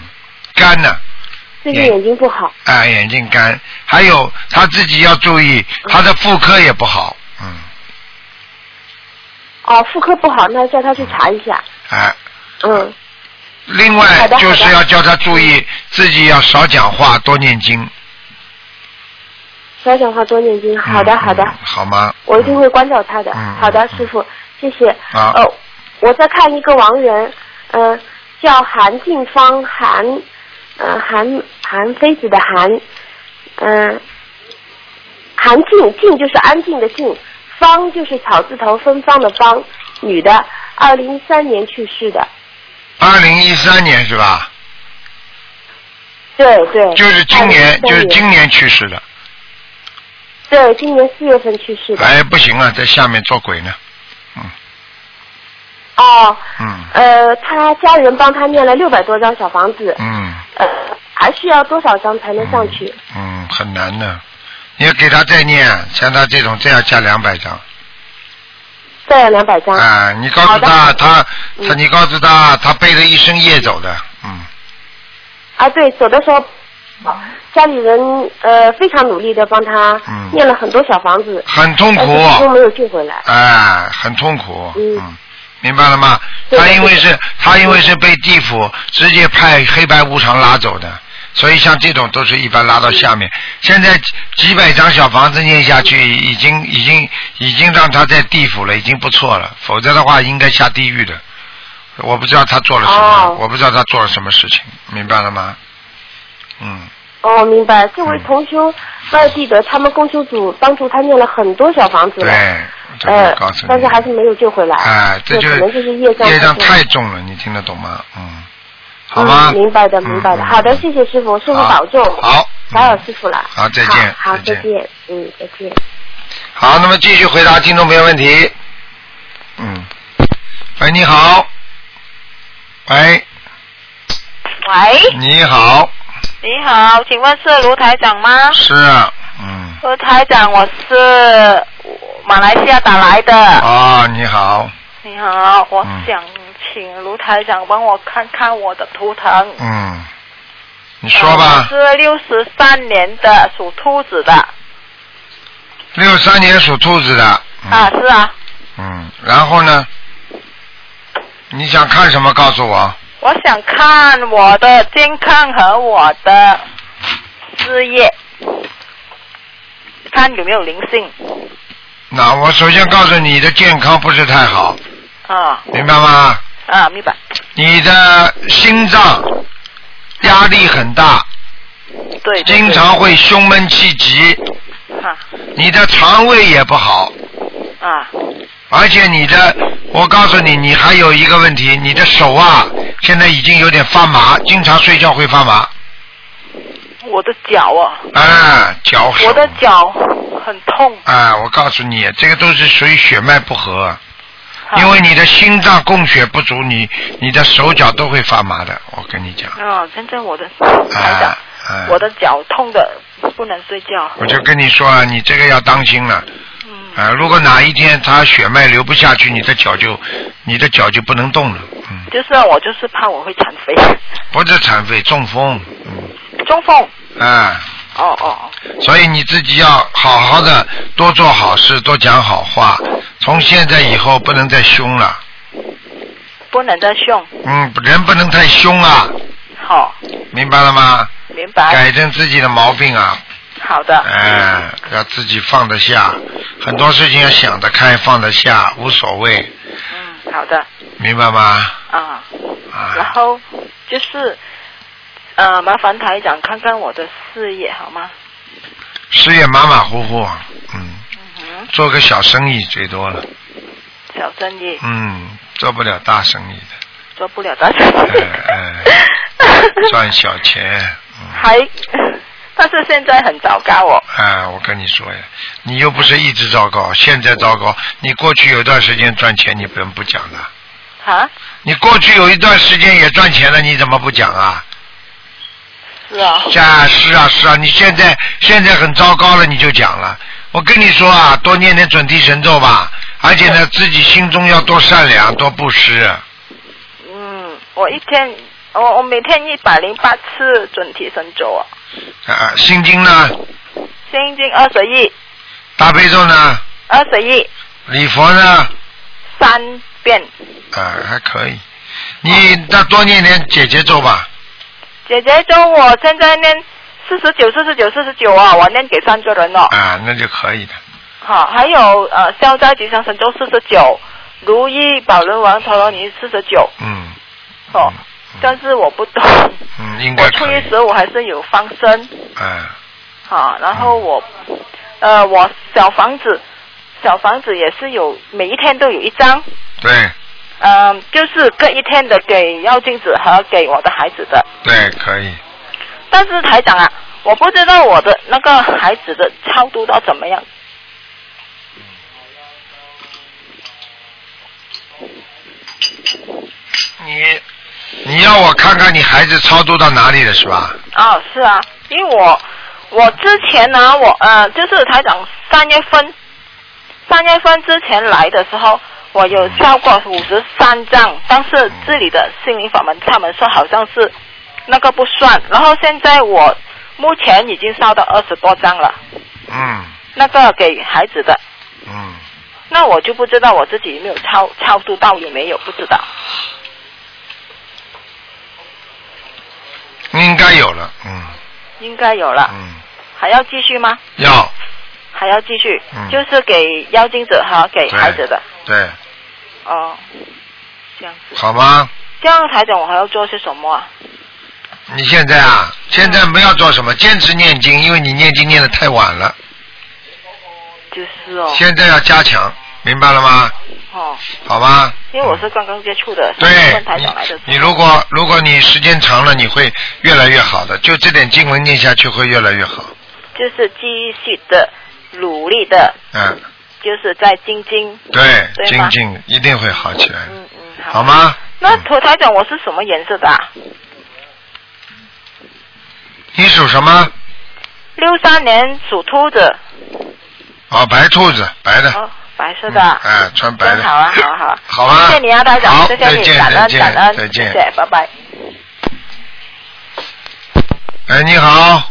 [SPEAKER 1] 干呢，
[SPEAKER 7] 最近
[SPEAKER 1] 眼
[SPEAKER 7] 眼睛不好。
[SPEAKER 1] 啊，眼睛干，还有他自己要注意，他的妇科也不好，嗯，
[SPEAKER 7] 哦，妇科不好，那叫他去查一下。
[SPEAKER 1] 啊，
[SPEAKER 7] 嗯，
[SPEAKER 1] 另外
[SPEAKER 7] 好的
[SPEAKER 1] 就是
[SPEAKER 7] 好的
[SPEAKER 1] 要叫他注意自己要少讲话，多念经。
[SPEAKER 7] 少讲话，多念经。好的，
[SPEAKER 1] 嗯
[SPEAKER 7] 好的，
[SPEAKER 1] 嗯好吗？
[SPEAKER 7] 我一定会关照他的。
[SPEAKER 1] 嗯
[SPEAKER 7] 好的
[SPEAKER 1] 嗯，
[SPEAKER 7] 师傅，谢谢。
[SPEAKER 1] 好
[SPEAKER 7] 呃，我在看一个亡人，呃，叫韩静芳，韩，呃，韩韩非子的韩，嗯、韩静，静就是安静的静，芳就是草字头芬芳的芳，女的，二零一三年去世的。
[SPEAKER 1] 二零一三年是吧？
[SPEAKER 7] 对对，
[SPEAKER 1] 就是今年，
[SPEAKER 7] 2013
[SPEAKER 1] 就是今年去世的。
[SPEAKER 7] 对，今年四月份去世的。
[SPEAKER 1] 哎，不行啊，在下面做鬼呢。
[SPEAKER 7] 哦，
[SPEAKER 1] 嗯
[SPEAKER 7] 呃，他家人帮他念了六百多张小房子，
[SPEAKER 1] 嗯
[SPEAKER 7] 呃，还需要多少张才能上去？
[SPEAKER 1] 嗯，很难的。你要给他再念，啊像他这种，再要加两百张。
[SPEAKER 7] 再要两百张。
[SPEAKER 1] 啊，你告诉
[SPEAKER 7] 好的
[SPEAKER 1] 他，他他，
[SPEAKER 7] 嗯
[SPEAKER 1] 你告诉他，他背着一身业走的。嗯，
[SPEAKER 7] 啊，对，走的时候，家里人呃非常努力的帮他
[SPEAKER 1] 嗯
[SPEAKER 7] 念了很多小房子，
[SPEAKER 1] 很痛
[SPEAKER 7] 但
[SPEAKER 1] 苦。
[SPEAKER 7] 是始终没有救回来。
[SPEAKER 1] 哎，很痛苦，
[SPEAKER 7] 嗯
[SPEAKER 1] 嗯，明白了吗？
[SPEAKER 7] 对
[SPEAKER 1] 他
[SPEAKER 7] 的
[SPEAKER 1] 因为
[SPEAKER 7] 对的
[SPEAKER 1] 是，他因为是被地府直接派黑白无常拉走的，所以像这种都是一般拉到下面。现在几几百张小房子念下去，已经已经已经让他在地府了，已经不错了，否则的话应该下地狱的。我不知道他做了什么，
[SPEAKER 7] 哦
[SPEAKER 1] 我不知道他做了什么事情，明白了吗？嗯，
[SPEAKER 7] 哦，明白。这位
[SPEAKER 1] 嗯
[SPEAKER 7] 同修外地的，他们公修组帮助他念了很多小房子
[SPEAKER 1] 对
[SPEAKER 7] 了，，
[SPEAKER 1] 这个
[SPEAKER 7] 呃
[SPEAKER 1] 我告诉你，，
[SPEAKER 7] 但是还是没有救回来。
[SPEAKER 1] 哎，这就
[SPEAKER 7] 可能就是业障
[SPEAKER 1] 业障
[SPEAKER 7] 太重
[SPEAKER 1] 太重了，你听得懂吗？嗯，好吗？
[SPEAKER 7] 嗯明白的，明白的。
[SPEAKER 1] 嗯
[SPEAKER 7] 好的，谢谢师傅，师傅
[SPEAKER 1] 好
[SPEAKER 7] 保重。
[SPEAKER 1] 好，
[SPEAKER 7] 打扰
[SPEAKER 1] 嗯
[SPEAKER 7] 师傅了。
[SPEAKER 1] 好再见
[SPEAKER 7] 好，好
[SPEAKER 1] 再见
[SPEAKER 7] 再见。嗯，再见。
[SPEAKER 1] 好，那么继续回答听众朋友问题。嗯，喂，你好，喂，
[SPEAKER 8] 喂，
[SPEAKER 1] 你好，
[SPEAKER 8] 你好，请问是卢台长吗？
[SPEAKER 1] 啊是啊，嗯，
[SPEAKER 8] 卢台长，我是马来西亚打来的。
[SPEAKER 1] 啊，你好。
[SPEAKER 8] 你好，我想请卢台长帮我看看我的图腾。
[SPEAKER 1] 嗯，你说吧。
[SPEAKER 8] 我是六十三年的，属兔子的。
[SPEAKER 1] 六三年属兔子的。嗯、
[SPEAKER 8] 啊，是啊。
[SPEAKER 1] 嗯，然后呢？你想看什么？告诉我。
[SPEAKER 8] 我想看我的健康和我的事业，看有没有灵性。
[SPEAKER 1] 那我首先告诉你的健康不是太好。
[SPEAKER 8] 啊。
[SPEAKER 1] 明白吗？
[SPEAKER 8] 啊，明白。
[SPEAKER 1] 你的心脏压力很大。
[SPEAKER 8] 对,对,对。
[SPEAKER 1] 经常会胸闷气急。
[SPEAKER 8] 啊。
[SPEAKER 1] 你的肠胃也不好。
[SPEAKER 8] 啊。
[SPEAKER 1] 而且你的，我告诉你，你还有一个问题，你的手啊，现在已经有点发麻，经常睡觉会发麻。
[SPEAKER 8] 我的脚啊。
[SPEAKER 1] 啊，脚。
[SPEAKER 8] 我的脚很痛。
[SPEAKER 1] 啊，我告诉你，这个都是属于血脉不和，因为你的心脏供血不足，你你的手脚都会发麻的，我跟你讲。
[SPEAKER 8] 啊，现在我的
[SPEAKER 1] 哎
[SPEAKER 8] 啊，啊我的脚痛的不能睡觉。
[SPEAKER 1] 我就跟你说啊，你这个要当心了。啊、呃，如果哪一天他血脉流不下去，你的脚就，你的脚就不能动了。嗯。
[SPEAKER 8] 就是啊我就是怕我会残废。
[SPEAKER 1] 不是残废，中风。嗯。
[SPEAKER 8] 中风。
[SPEAKER 1] 啊、
[SPEAKER 8] 嗯。哦哦
[SPEAKER 1] 哦。所以你自己要好好的多做好事，多讲好话。从现在以后不能再凶了。
[SPEAKER 8] 不能再凶。
[SPEAKER 1] 嗯，人不能太凶啊。
[SPEAKER 8] 好。
[SPEAKER 1] 明白了吗？
[SPEAKER 8] 明白。
[SPEAKER 1] 改正自己的毛病啊。
[SPEAKER 8] 好的。
[SPEAKER 1] 哎、嗯，要自己放得下，很多事情要想得开，放得下，无所谓。
[SPEAKER 8] 嗯，好的。
[SPEAKER 1] 明白吗？
[SPEAKER 8] 啊。啊。然后就是，呃，麻烦台长看看我的事业好吗？
[SPEAKER 1] 事业马马虎虎，嗯。嗯做个小生意最多了。
[SPEAKER 8] 小生意。
[SPEAKER 1] 嗯，做不了大生意的。
[SPEAKER 8] 做不了大生意。
[SPEAKER 1] 哎哎。
[SPEAKER 8] *laughs*
[SPEAKER 1] 赚小钱。嗯、
[SPEAKER 8] 还。但是现在很糟糕哦。
[SPEAKER 1] 啊，我跟你说呀，你又不是一直糟糕，现在糟糕。你过去有一段时间赚钱，你不能不讲的。
[SPEAKER 8] 啊？
[SPEAKER 1] 你过去有一段时间也赚钱了，你怎么不讲啊？
[SPEAKER 8] 是啊。
[SPEAKER 1] 是啊，是啊，是啊！你现在现在很糟糕了，你就讲了。我跟你说啊，多念点准提神咒吧，而且
[SPEAKER 8] *laughs*
[SPEAKER 1] 呢，自己心中要多善良，多布施。
[SPEAKER 8] 嗯，我一天，我我每天一百零八次准提神咒啊。
[SPEAKER 1] 啊，心经呢？
[SPEAKER 8] 心经二十一。
[SPEAKER 1] 大悲咒呢？
[SPEAKER 8] 二十一。
[SPEAKER 1] 礼佛呢？
[SPEAKER 8] 三遍。
[SPEAKER 1] 啊，还可以。你那多念点姐姐咒吧。
[SPEAKER 8] 姐姐咒，我现在念四十九、四十九、四十九啊，我念给三个人了。
[SPEAKER 1] 啊，那就可以的。
[SPEAKER 8] 好，还有呃，消灾吉祥神咒四十九，如意宝轮王陀罗尼四十九。
[SPEAKER 1] 嗯。
[SPEAKER 8] 哦。嗯但是我不懂，
[SPEAKER 1] 嗯，应该我
[SPEAKER 8] 初一十五还是有放生，
[SPEAKER 1] 嗯，
[SPEAKER 8] 好，然后我，呃，我小房子，小房子也是有，每一天都有一张，
[SPEAKER 1] 对，
[SPEAKER 8] 嗯、呃，就是各一天的给药镜子和给我的孩子的，
[SPEAKER 1] 对，可以。
[SPEAKER 8] 但是台长啊，我不知道我的那个孩子的超度到怎么样。
[SPEAKER 1] 你。你要我看看你孩子超度到哪里了是吧？
[SPEAKER 8] 哦，是啊，因为我我之前呢、啊，我呃就是台长三月份三月份之前来的时候，我有超过五十三张，但是这里的心灵法门他们说好像是那个不算，然后现在我目前已经烧到二十多张了。
[SPEAKER 1] 嗯。
[SPEAKER 8] 那个给孩子的。
[SPEAKER 1] 嗯。
[SPEAKER 8] 那我就不知道我自己有没有超超度到有没有不知道。
[SPEAKER 1] 应该有了，嗯。
[SPEAKER 8] 应该有了，
[SPEAKER 1] 嗯。
[SPEAKER 8] 还要继续吗？
[SPEAKER 1] 要。
[SPEAKER 8] 还要继续，
[SPEAKER 1] 嗯、
[SPEAKER 8] 就是给妖精者和给孩子的。
[SPEAKER 1] 对。对
[SPEAKER 8] 哦，这样子。
[SPEAKER 1] 好吗？
[SPEAKER 8] 这样台长，我还要做些什么啊？
[SPEAKER 1] 你现在啊，现在不要做什么，坚持念经，因为你念经念的太晚了。
[SPEAKER 8] 就是哦。
[SPEAKER 1] 现在要加强，明白了吗？
[SPEAKER 8] 哦。
[SPEAKER 1] 好吧。
[SPEAKER 8] 因为我是刚刚接触的，
[SPEAKER 1] 对，
[SPEAKER 8] 台长来的
[SPEAKER 1] 你。你如果如果你时间长了，你会越来越好的。就这点经文念下去，会越来越好。
[SPEAKER 8] 就是继续的努力的。
[SPEAKER 1] 嗯。
[SPEAKER 8] 就是在精进。
[SPEAKER 1] 对，
[SPEAKER 8] 对
[SPEAKER 1] 精进一定会好起来。
[SPEAKER 8] 嗯嗯，
[SPEAKER 1] 好。好吗？
[SPEAKER 8] 那头台长，我是什么颜色的、啊？
[SPEAKER 1] 你属什么？
[SPEAKER 8] 六三年属兔子。
[SPEAKER 1] 哦，白兔子，白的。
[SPEAKER 8] 哦白色的。
[SPEAKER 1] 哎，穿白的。
[SPEAKER 8] 真好啊，好啊好啊。
[SPEAKER 1] 好吧
[SPEAKER 8] 谢谢你啊，台长，
[SPEAKER 1] 好
[SPEAKER 8] 谢谢
[SPEAKER 1] 再
[SPEAKER 8] 你，
[SPEAKER 1] 见
[SPEAKER 8] 感
[SPEAKER 1] 再
[SPEAKER 8] 恩
[SPEAKER 1] 见
[SPEAKER 8] 感恩，
[SPEAKER 1] 再见
[SPEAKER 8] 谢谢，拜拜。
[SPEAKER 1] 哎，你好，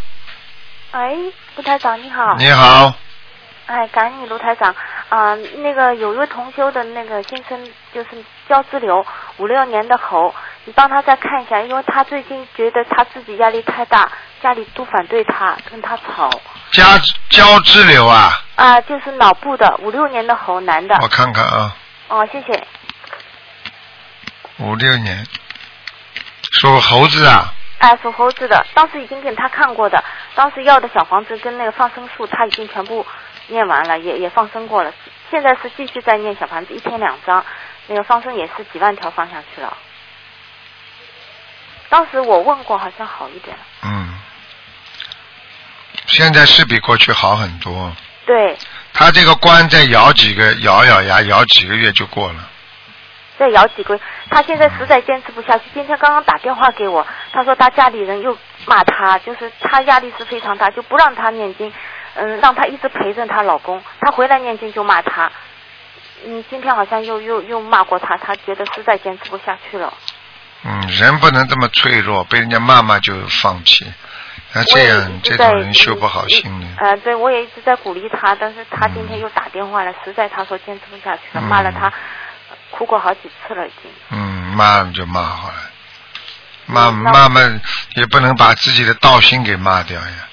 [SPEAKER 9] 哎，卢台长你
[SPEAKER 8] 哦
[SPEAKER 9] 好。
[SPEAKER 1] 你好，
[SPEAKER 9] 哎，感恩你卢台长。啊、那个有一位同修的那个先生就是交支瘤，五六年的猴，你帮他再看一下，因为他最近觉得他自己压力太大，家里都反对他，跟他吵。
[SPEAKER 1] 加交支流啊，
[SPEAKER 9] 啊、就是脑部的五六年的猴男的。
[SPEAKER 1] 我看看啊，
[SPEAKER 9] 哦，谢谢。
[SPEAKER 1] 五六年，属猴子啊，
[SPEAKER 9] 哎，属猴子的，当时已经给他看过的，当时要的小房子跟那个放生术，他已经全部念完了，也也放生过了，现在是继续在念小房子，一天两张，那个放生也是几万条放下去了。当时我问过，好像好一点了。
[SPEAKER 1] 嗯，现在是比过去好很多。
[SPEAKER 9] 对，
[SPEAKER 1] 他这个关再咬几个，咬咬牙，咬几个月就过了。
[SPEAKER 9] 再摇几个月，他现在实在坚持不下去。今天刚刚打电话给我，他说他家里人又骂他，就是他压力是非常大，就不让他念经，嗯，让他一直陪着她老公。她回来念经就骂他，嗯，今天好像又又又骂过他，他觉得实在坚持不下去了。
[SPEAKER 1] 嗯，人不能这么脆弱，被人家骂骂就放弃。那
[SPEAKER 9] 我
[SPEAKER 1] 啊这
[SPEAKER 9] 也
[SPEAKER 1] 样
[SPEAKER 9] 一直
[SPEAKER 1] 这
[SPEAKER 9] 在
[SPEAKER 1] 种人修不好心灵。
[SPEAKER 9] 呃，对，我也一直在鼓励他，但是他今天又打电话来，实在他说坚持不下去了，
[SPEAKER 1] 嗯
[SPEAKER 9] 骂了他，呃哭过好几次了已经。
[SPEAKER 1] 嗯，骂就骂好了，骂
[SPEAKER 9] 嗯那
[SPEAKER 1] 骂骂也不能把自己的道心给骂掉呀。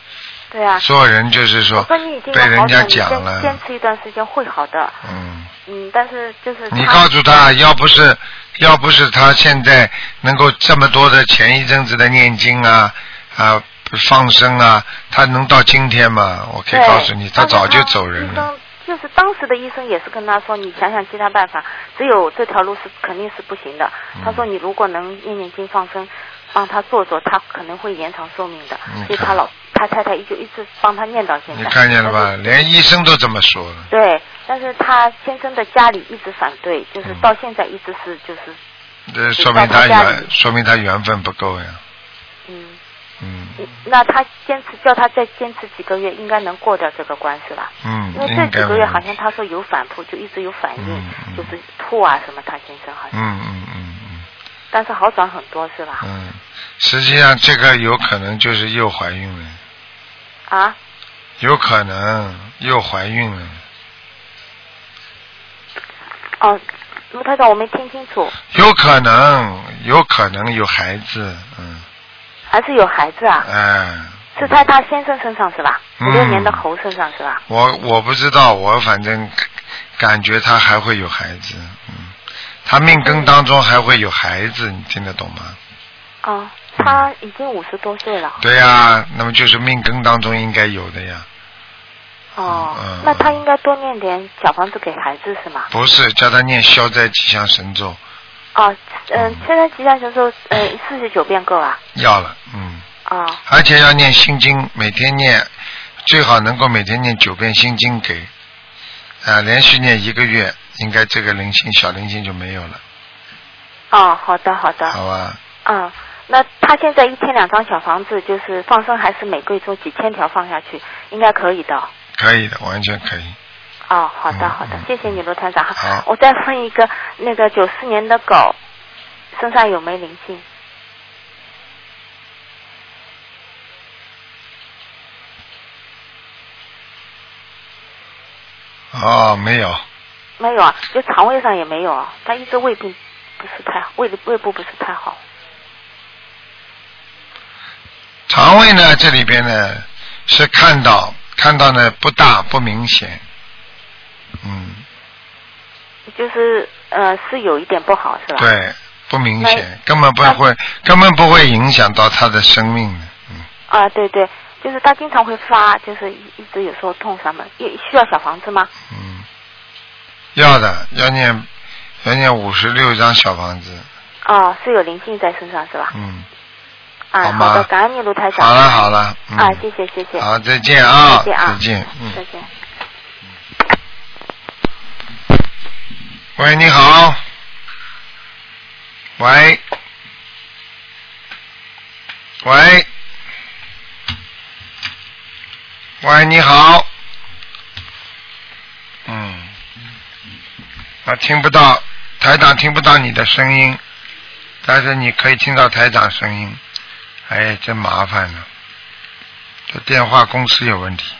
[SPEAKER 9] 对啊，
[SPEAKER 1] 做人就是说
[SPEAKER 9] 我说你已经
[SPEAKER 1] 被
[SPEAKER 9] 要
[SPEAKER 1] 人
[SPEAKER 9] 好
[SPEAKER 1] 家
[SPEAKER 9] 转，你
[SPEAKER 1] 讲
[SPEAKER 9] 坚坚
[SPEAKER 1] 了，
[SPEAKER 9] 持一段时间会好的。
[SPEAKER 1] 嗯。
[SPEAKER 9] 嗯，但是就是
[SPEAKER 1] 你告诉他，要不是要不是他现在能够这么多的前一阵子的念经啊啊放生啊，他能到今天吗？我可以告诉你，他早
[SPEAKER 9] 啊
[SPEAKER 1] 就走人
[SPEAKER 9] 医
[SPEAKER 1] 了。
[SPEAKER 9] 生就是当时的医生也是跟他说，你想想其他办法，只有这条路是肯定是不行的。
[SPEAKER 1] 嗯
[SPEAKER 9] 他说你如果能念念经放生，帮他做做，他可能会延长寿命的
[SPEAKER 1] 你看。
[SPEAKER 9] 所以他老他太太一直一直帮他念到现在。
[SPEAKER 1] 你看见了吧？连医生都这么说了。
[SPEAKER 9] 但是？对，但是他先生的家里一直反对，就是
[SPEAKER 1] 嗯
[SPEAKER 9] 到现在一直是就是
[SPEAKER 1] 这
[SPEAKER 9] 知
[SPEAKER 1] 说明
[SPEAKER 9] 道他
[SPEAKER 1] 他
[SPEAKER 9] 家
[SPEAKER 1] 缘
[SPEAKER 9] 里，
[SPEAKER 1] 说明他缘分不够呀。
[SPEAKER 9] 嗯，
[SPEAKER 1] 嗯
[SPEAKER 9] 那他坚持叫他再坚持几个月，应该能过掉这个关是吧？
[SPEAKER 1] 嗯
[SPEAKER 9] 因为，这
[SPEAKER 1] 应该
[SPEAKER 9] 几个
[SPEAKER 1] 没
[SPEAKER 9] 月
[SPEAKER 1] 有
[SPEAKER 9] 好像他说有反扑，就一直有反应，
[SPEAKER 1] 嗯嗯
[SPEAKER 9] 就是吐啊什么，他先生好像，
[SPEAKER 1] 嗯嗯嗯嗯
[SPEAKER 9] 但是好转很多是吧？
[SPEAKER 1] 嗯，实际上这个有可能就是又怀孕了，
[SPEAKER 9] 啊，
[SPEAKER 1] 有可能又怀孕了。
[SPEAKER 9] 哦，卢台长我没听清楚，
[SPEAKER 1] 有可能，有可能有孩子，嗯，
[SPEAKER 9] 还是有孩子啊？
[SPEAKER 1] 哎，
[SPEAKER 9] 是在他先生身上是吧？五
[SPEAKER 1] 嗯
[SPEAKER 9] 六年的猴身上是吧？
[SPEAKER 1] 我我不知道，我反正感觉他还会有孩子，嗯，他命根当中还会有孩子，你听得懂吗？
[SPEAKER 9] 哦，
[SPEAKER 1] 嗯
[SPEAKER 9] 他已经五十多岁了。
[SPEAKER 1] 对呀、那么就是命根当中应该有的呀，
[SPEAKER 9] 哦，
[SPEAKER 1] 嗯
[SPEAKER 9] 那他应该多念点小房子给孩子是吗？
[SPEAKER 1] 不是叫他念消灾吉祥神咒，
[SPEAKER 9] 哦，嗯，现在吉祥神咒，呃，四十九遍够啊？
[SPEAKER 1] 要了，嗯，
[SPEAKER 9] 哦，
[SPEAKER 1] 而且要念心经，每天念，最好能够每天念九遍心经给，啊，连续念一个月，应该这个灵性小灵性就没有了，
[SPEAKER 9] 哦，好的，好的。
[SPEAKER 1] 好啊吧？
[SPEAKER 9] 嗯，那他现在一天两张小房子，就是放生还是每个月做几千条放下去，应该可以的。
[SPEAKER 1] 可以的，完全可以。
[SPEAKER 9] 哦，好的
[SPEAKER 1] 嗯
[SPEAKER 9] 好的
[SPEAKER 1] 嗯，
[SPEAKER 9] 谢谢你罗团长。
[SPEAKER 1] 好
[SPEAKER 9] 我再问一个，那个九四年的狗身上有没灵性？
[SPEAKER 1] 哦，没有，
[SPEAKER 9] 没有啊，就肠胃上也没有啊，他一直胃病不是太好，胃胃部不是太好。
[SPEAKER 1] 肠胃呢这里边呢是看到看到呢不大不明显，嗯，
[SPEAKER 9] 就是呃是有一点不好是吧？。
[SPEAKER 1] 对，不明显
[SPEAKER 9] 那，
[SPEAKER 1] 根本不会根本不会影响到他的生命的，嗯，
[SPEAKER 9] 啊对对，就是他经常会发，就是一一直有时候痛什么，也需要小房子吗？
[SPEAKER 1] 嗯，要的要念要念五十六张小房子，
[SPEAKER 9] 哦，是有灵性在身上是吧？
[SPEAKER 1] 嗯，好
[SPEAKER 9] 啊，
[SPEAKER 1] 吗
[SPEAKER 9] 好的，感恩你卢台长。
[SPEAKER 1] 好了好了，嗯，
[SPEAKER 9] 啊，谢谢谢谢，
[SPEAKER 1] 好，再见啊，
[SPEAKER 9] 再见啊
[SPEAKER 1] 再见，
[SPEAKER 9] 再
[SPEAKER 1] 嗯，
[SPEAKER 9] 见。
[SPEAKER 1] 喂，你好，喂，喂，喂，你好，嗯，啊，听不到台长听不到你的声音，但是你可以听到台长声音。哎，真麻烦了，这电话公司有问题。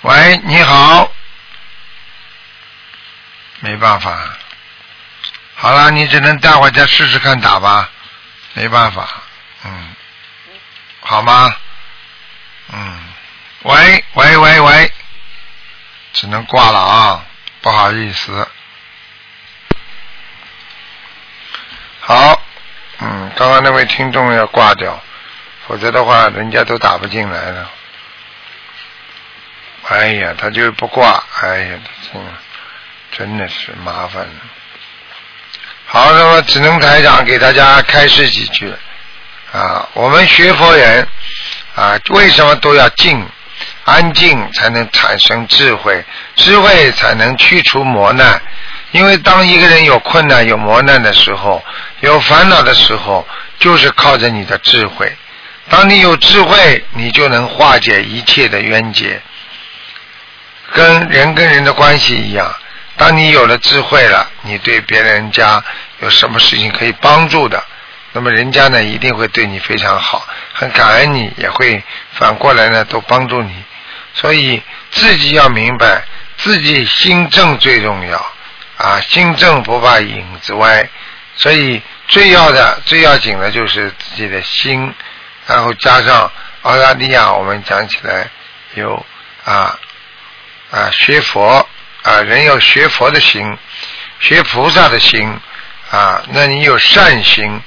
[SPEAKER 1] 喂，你好，没办法，好了，你只能待会儿再试试看打吧，没办法，嗯，好吗？嗯，喂喂喂喂，只能挂了啊，不好意思。好，嗯，刚刚那位听众要挂掉，否则的话人家都打不进来了。哎呀，他就不挂，哎呀，这真的是麻烦了。好，那么只能台长给大家开示几句啊。我们学佛人啊，为什么都要静？安静才能产生智慧，智慧才能去除磨难。因为当一个人有困难、有磨难的时候，有烦恼的时候，就是靠着你的智慧。当你有智慧，你就能化解一切的冤结。跟人跟人的关系一样，当你有了智慧了，你对别人家有什么事情可以帮助的，那么人家呢一定会对你非常好，很感恩你，也会反过来呢都帮助你。所以自己要明白，自己心正最重要啊，心正不怕影子歪。所以最要的、最要紧的就是自己的心，然后加上澳大利亚，我们讲起来有啊啊，学佛啊，人有学佛的心，学菩萨的心啊，那你有善心，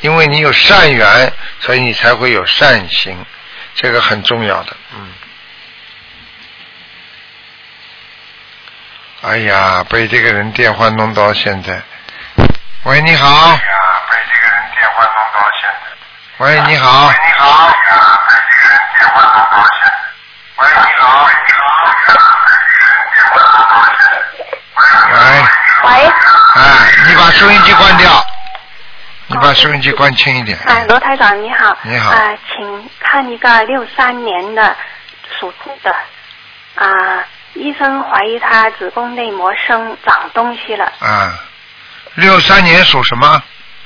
[SPEAKER 1] 因为你有善缘，所以你才会有善心，这个很重要的，嗯。哎呀，被这个人电话弄到现在。喂，你好。喂，你好。喂，你好。喂，
[SPEAKER 10] 喂，
[SPEAKER 1] 哎，你把收音机关掉，你把收音机关轻一点。
[SPEAKER 10] 哎，罗台长你好。
[SPEAKER 1] 你好
[SPEAKER 10] 啊、请看一个六三年的属猪的，啊、医生怀疑他子宫内膜生长东西了，
[SPEAKER 1] 啊，六三年属什么？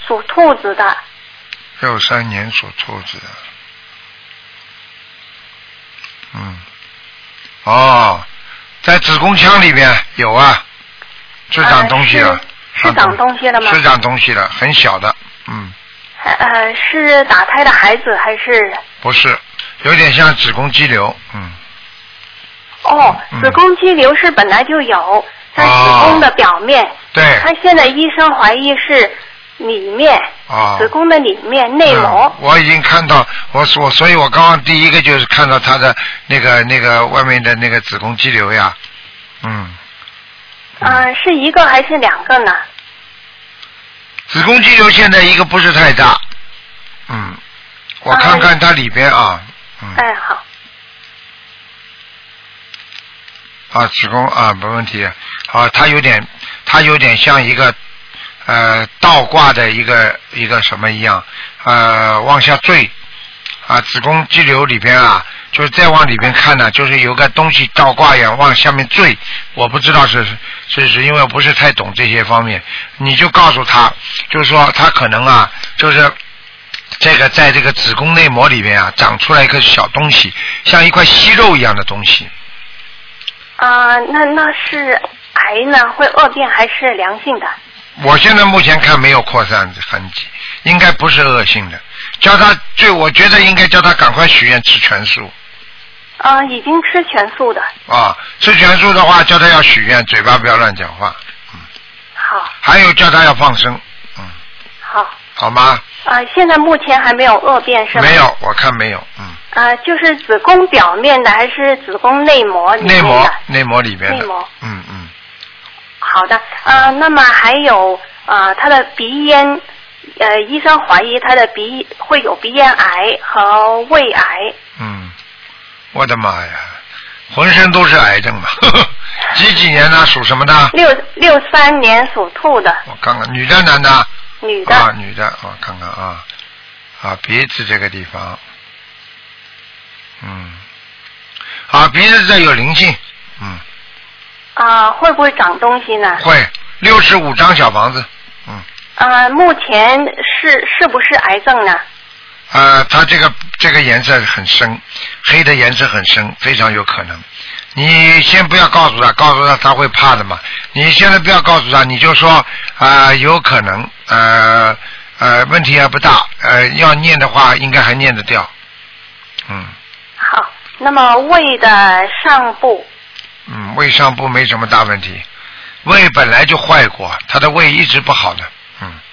[SPEAKER 10] 属兔子的，
[SPEAKER 1] 六三年属兔子的。嗯。哦，在子宫腔里面有啊，是长东西了。
[SPEAKER 10] 呃是长东西了吗？
[SPEAKER 1] 啊是长东西了，很小的，嗯，
[SPEAKER 10] 呃，是打胎的孩子还是？
[SPEAKER 1] 不是，有点像子宫肌瘤，嗯，
[SPEAKER 10] 哦
[SPEAKER 1] 嗯，
[SPEAKER 10] 子宫肌瘤是本来就有，在子
[SPEAKER 1] 哦
[SPEAKER 10] 宫的表面。
[SPEAKER 1] 啊对，
[SPEAKER 10] 他现在医生怀疑是里面，
[SPEAKER 1] 啊，
[SPEAKER 10] 子宫的里面内膜
[SPEAKER 1] 嗯。我已经看到，我所所以，我刚刚第一个就是看到他的那个那个外面的那个子宫肌瘤呀，嗯，嗯
[SPEAKER 10] 啊、是一个还是两个呢？
[SPEAKER 1] 子宫肌瘤现在一个不是太大，嗯，我看看它里边啊，嗯，
[SPEAKER 10] 哎，好，
[SPEAKER 1] 啊，子宫啊，没问题，啊，它有点，它有点像一个呃倒挂的一个一个什么一样，呃，往下坠，啊，子宫肌瘤里边啊，就是再往里边看呢、就是有个东西倒挂一样往下面坠，我不知道是是是因为我不是太懂这些方面，你就告诉他，就是说他可能啊，就是这个在这个子宫内膜里边啊长出来一个小东西，像一块息肉一样的东西，
[SPEAKER 10] 啊、那那是癌呢，会恶变还是良性的？
[SPEAKER 1] 我现在目前看没有扩散痕迹，应该不是恶性的。叫他最，我觉得应该叫他赶快许愿吃全素
[SPEAKER 10] 啊、已经吃全素的，
[SPEAKER 1] 啊！吃全素的话，叫他要许愿，嘴巴不要乱讲话，嗯
[SPEAKER 10] 好，
[SPEAKER 1] 还有叫他要放生，嗯，
[SPEAKER 10] 好，
[SPEAKER 1] 好吗？
[SPEAKER 10] 啊、现在目前还没有恶变是吗？
[SPEAKER 1] 没。有，我看没有，嗯，
[SPEAKER 10] 啊、就是子宫表面的还是子宫内膜里
[SPEAKER 1] 内
[SPEAKER 10] 面的？
[SPEAKER 1] 膜内膜里边
[SPEAKER 10] 内
[SPEAKER 1] 的
[SPEAKER 10] 膜，
[SPEAKER 1] 嗯嗯，
[SPEAKER 10] 好的，呃，那么还有呃，他的鼻咽，呃，医生怀疑他的鼻会有鼻咽癌和胃癌。
[SPEAKER 1] 嗯，我的妈呀，浑身都是癌症嘛！ *laughs* 几几年的属什么的？
[SPEAKER 10] 六六三年属兔的
[SPEAKER 1] 我看看，女的男的？
[SPEAKER 10] 女的，
[SPEAKER 1] 啊，女的，我看看啊，啊，鼻子这个地方，嗯，啊，鼻子这有灵性，嗯，
[SPEAKER 10] 啊、会不会长东西呢？
[SPEAKER 1] 会，六十五张小房子，
[SPEAKER 10] 呃，目前是是不是癌症呢？
[SPEAKER 1] 啊，它这个这个颜色很深，黑的颜色很深，非常有可能。你先不要告诉他，告诉他他会怕的嘛。你现在不要告诉他，你就说啊、有可能，呃呃，问题还不大，呃，要念的话应该还念得掉。嗯
[SPEAKER 10] 好，那么胃的上部，
[SPEAKER 1] 嗯，胃上部没什么大问题，胃本来就坏过，他的胃一直不好的。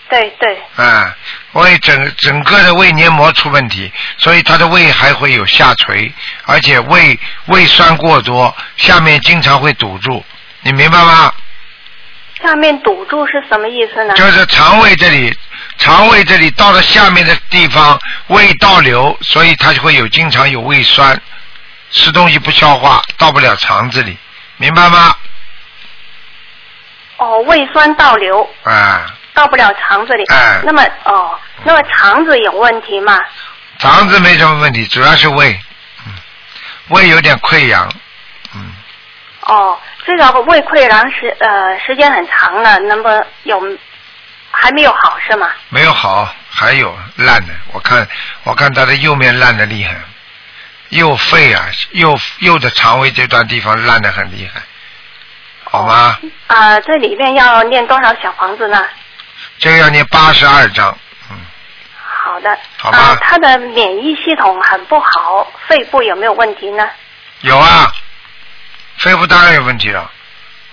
[SPEAKER 10] 对对，
[SPEAKER 1] 啊，胃整整个的胃黏膜出问题，所以他的胃还会有下垂，而且胃胃酸过多，下面经常会堵住，你明白吗？
[SPEAKER 10] 下面堵住是什么意思呢？
[SPEAKER 1] 就是肠胃这里，肠胃这里到了下面的地方，胃倒流，所以它就会有经常有胃酸，吃东西不消化，到不了肠子里，明白吗？
[SPEAKER 10] 哦，胃酸倒流
[SPEAKER 1] 啊，
[SPEAKER 10] 到不了肠子里。
[SPEAKER 1] 哎
[SPEAKER 10] 那么哦，那么肠子有问题吗？
[SPEAKER 1] 肠子没什么问题，主要是胃，嗯，胃有点溃疡，
[SPEAKER 10] 哦，这个胃溃疡时呃时间很长了，那么有还没有好是吗？
[SPEAKER 1] 没有好，还有烂的。我看，我看他的右面烂的厉害，右肺啊，右右的肠胃这段地方烂的很厉害，好吗？
[SPEAKER 10] 啊、这里面要念多少小房子呢？
[SPEAKER 1] 这个要念八十二章，
[SPEAKER 10] 好的，
[SPEAKER 1] 好吧
[SPEAKER 10] 啊、他的免疫系统很不好，肺部有没有问题呢？
[SPEAKER 1] 有啊，肺部当然有问题了。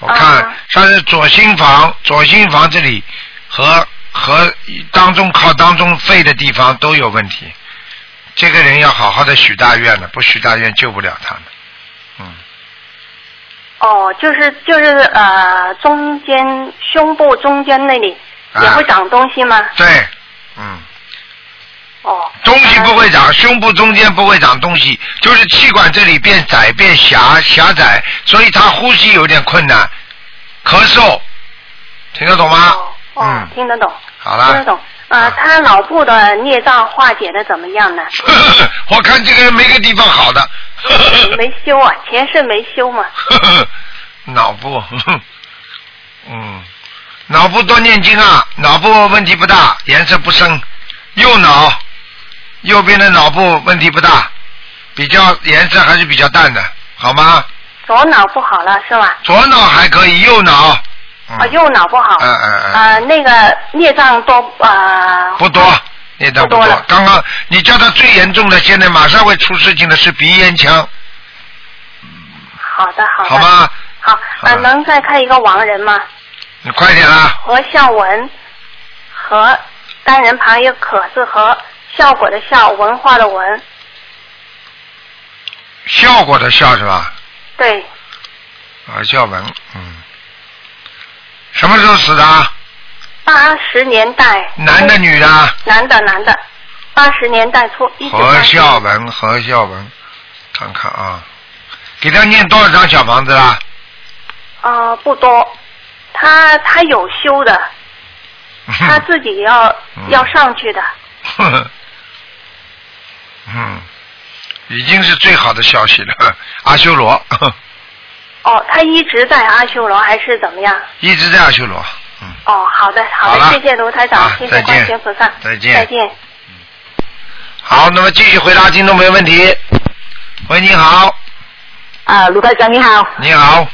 [SPEAKER 1] 我
[SPEAKER 10] 啊
[SPEAKER 1] 看，但是左心房、左心房这里和和当中靠当中肺的地方都有问题，这个人要好好的许大愿了，不许大愿救不了他的。
[SPEAKER 10] 哦，就是就是呃，中间胸部中间那里
[SPEAKER 1] 啊
[SPEAKER 10] 也会长东西吗？
[SPEAKER 1] 对，
[SPEAKER 10] 哦，
[SPEAKER 1] 哎嗯东西不会长，胸部中间不会长东西，就是气管这里变窄、变狭、狭窄，所以他呼吸有点困难，咳嗽，听得懂吗？嗯，
[SPEAKER 10] 听得懂，
[SPEAKER 1] 好
[SPEAKER 10] 哦听得
[SPEAKER 1] 了，
[SPEAKER 10] 懂。啊、他脑部的孽障化解的怎么样呢？
[SPEAKER 1] *laughs* 我看这个人没个地方好的， *laughs*
[SPEAKER 10] 没修啊，前世没修嘛。
[SPEAKER 1] 脑部， *laughs* 嗯，脑部多念经啊，脑部问题不大，颜色不深，右脑，右边的脑部问题不大，比较颜色还是比较淡的，好吗？
[SPEAKER 10] 左脑不好了是吧？
[SPEAKER 1] 左脑还可以，右脑，
[SPEAKER 10] 啊，右脑不好。
[SPEAKER 1] 嗯嗯嗯
[SPEAKER 10] 啊、那个孽障多啊、
[SPEAKER 1] 不多，那倒不
[SPEAKER 10] 不多
[SPEAKER 1] 多
[SPEAKER 10] 了。
[SPEAKER 1] 刚刚你叫他最严重的，现在马上会出事情的是鼻咽腔，
[SPEAKER 10] 好的好的。
[SPEAKER 1] 好吗？
[SPEAKER 10] 好，呃，能再看一个亡人吗？
[SPEAKER 1] 你快点啊啦！
[SPEAKER 10] 何孝文，何单人旁一个可字和效果的效，文化的文，
[SPEAKER 1] 效果的效是吧？
[SPEAKER 10] 对，
[SPEAKER 1] 啊，孝文，嗯。什么时候死的啊？
[SPEAKER 10] 八十年代，
[SPEAKER 1] 男的女的啊？
[SPEAKER 10] 男的男的，八十年代初，一九
[SPEAKER 1] 何孝文，何孝文，看看啊，给他念多少张小房子啦？
[SPEAKER 10] 呃不多，他他有修
[SPEAKER 1] *laughs*
[SPEAKER 10] 的，他自己要、
[SPEAKER 1] 嗯
[SPEAKER 10] 要上去的，
[SPEAKER 1] 呵呵， *laughs* 嗯，已经是最好的消息了。 *laughs* 阿修罗，呵呵
[SPEAKER 10] 哦，他一直在阿修罗还是怎么样？
[SPEAKER 1] 一直在阿修罗。
[SPEAKER 10] 哦，好的好的，
[SPEAKER 1] 好了
[SPEAKER 10] 谢谢卢台长，
[SPEAKER 1] 啊
[SPEAKER 10] 谢
[SPEAKER 1] 再
[SPEAKER 10] 谢
[SPEAKER 1] 见
[SPEAKER 10] 观世音菩萨，
[SPEAKER 1] 再见
[SPEAKER 10] 再见。
[SPEAKER 1] 好，那么继续回答听众朋友问题。喂，你好，
[SPEAKER 6] 啊，卢台长你好。
[SPEAKER 1] 你好，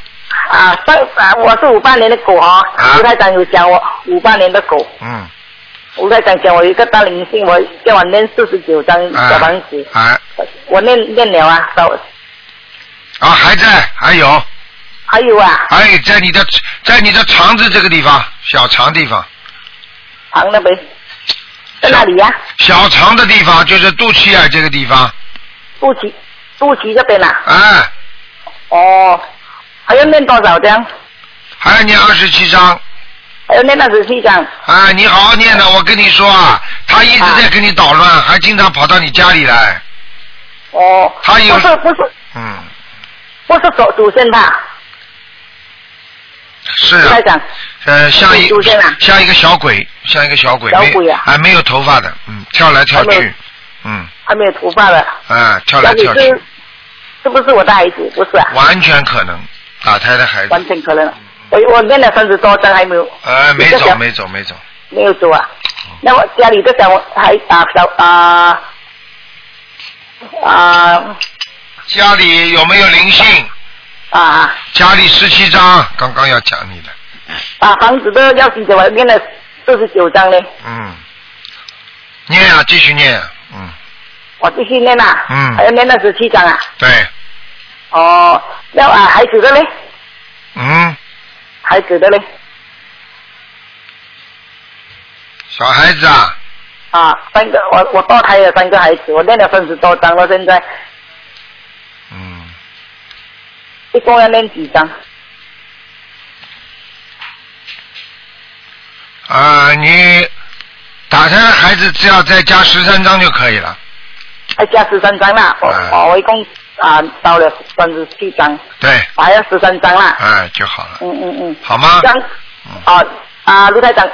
[SPEAKER 6] 啊，上啊，我是五八年的狗哦。
[SPEAKER 1] 啊
[SPEAKER 6] 卢台长有讲我五八年的狗，
[SPEAKER 1] 嗯，
[SPEAKER 6] 卢台长讲我有一个大灵性，我叫我念四十九张
[SPEAKER 1] 啊
[SPEAKER 6] 小房子，
[SPEAKER 1] 啊
[SPEAKER 6] 我念念了啊，到
[SPEAKER 1] 啊，还在，还有，
[SPEAKER 6] 还有啊，
[SPEAKER 1] 哎，在你的在你的肠子这个地方，小肠地方，
[SPEAKER 6] 长了呗，在那里呀、
[SPEAKER 1] 小肠的地方就是肚脐眼这个地方，
[SPEAKER 6] 肚脐肚脐这边呐、啊
[SPEAKER 1] 哎，
[SPEAKER 6] 哦，还要念多少张？
[SPEAKER 1] 还要念二十七章。
[SPEAKER 6] 还要呃念二十七张。
[SPEAKER 1] 啊，你好好念的，我跟你说啊，他一直在
[SPEAKER 6] 啊
[SPEAKER 1] 跟你捣乱，还经常跑到你家里来。
[SPEAKER 6] 哦，
[SPEAKER 1] 他有
[SPEAKER 6] 不是不是
[SPEAKER 1] 哎嗯，
[SPEAKER 6] 不是祖祖先吧？
[SPEAKER 1] 是
[SPEAKER 6] 卢
[SPEAKER 1] 啊
[SPEAKER 6] 台，长，
[SPEAKER 1] 呃，像一
[SPEAKER 6] 祖先啊
[SPEAKER 1] 像一个小鬼，像一个小鬼，
[SPEAKER 6] 小
[SPEAKER 1] 没
[SPEAKER 6] 鬼啊
[SPEAKER 1] 还没有头发的，嗯，跳来跳
[SPEAKER 6] 还没
[SPEAKER 1] 去
[SPEAKER 6] 有，
[SPEAKER 1] 嗯，
[SPEAKER 6] 还没有头发的，
[SPEAKER 1] 啊，跳
[SPEAKER 6] 那
[SPEAKER 1] 来
[SPEAKER 6] 你
[SPEAKER 1] 跳去
[SPEAKER 6] 是，是不是我的孩子？不是啊，
[SPEAKER 1] 完全可能打胎的孩子，
[SPEAKER 6] 完全可能。我我练了三十多张还没有，
[SPEAKER 1] 呃，没
[SPEAKER 6] 这
[SPEAKER 1] 走
[SPEAKER 6] 个
[SPEAKER 1] 没走没走，
[SPEAKER 6] 没有走啊。
[SPEAKER 1] 嗯
[SPEAKER 6] 那我家里的想我还啊小啊啊
[SPEAKER 1] 家里有没有灵性？
[SPEAKER 6] 啊
[SPEAKER 1] 家里十七张，刚刚要讲你的，
[SPEAKER 6] 啊房子的要紧的，我练了四十九张嘞，
[SPEAKER 1] 嗯，念啊，继续念啊，
[SPEAKER 6] 我继续练啊，
[SPEAKER 1] 嗯
[SPEAKER 6] 还要练二十七张啊。
[SPEAKER 1] 对，
[SPEAKER 6] 哦，那啊孩子的嘞，
[SPEAKER 1] 嗯，
[SPEAKER 6] 孩子的嘞
[SPEAKER 1] 小孩子啊，
[SPEAKER 6] 啊三个我我堕胎了三个孩子，我练了三十多张了，现在
[SPEAKER 1] 嗯，
[SPEAKER 6] 一共要练几张？
[SPEAKER 1] 啊，你打胎孩子只要再加十三张就可以了，
[SPEAKER 6] 还加十三张啦，我、
[SPEAKER 1] 哎
[SPEAKER 6] 哦、我一共啊到了三十七张，
[SPEAKER 1] 对，
[SPEAKER 6] 我还要十三张啦。
[SPEAKER 1] 哎，就好了，
[SPEAKER 6] 嗯嗯嗯，
[SPEAKER 1] 好吗嗯
[SPEAKER 6] 这？样啊啊，卢台长，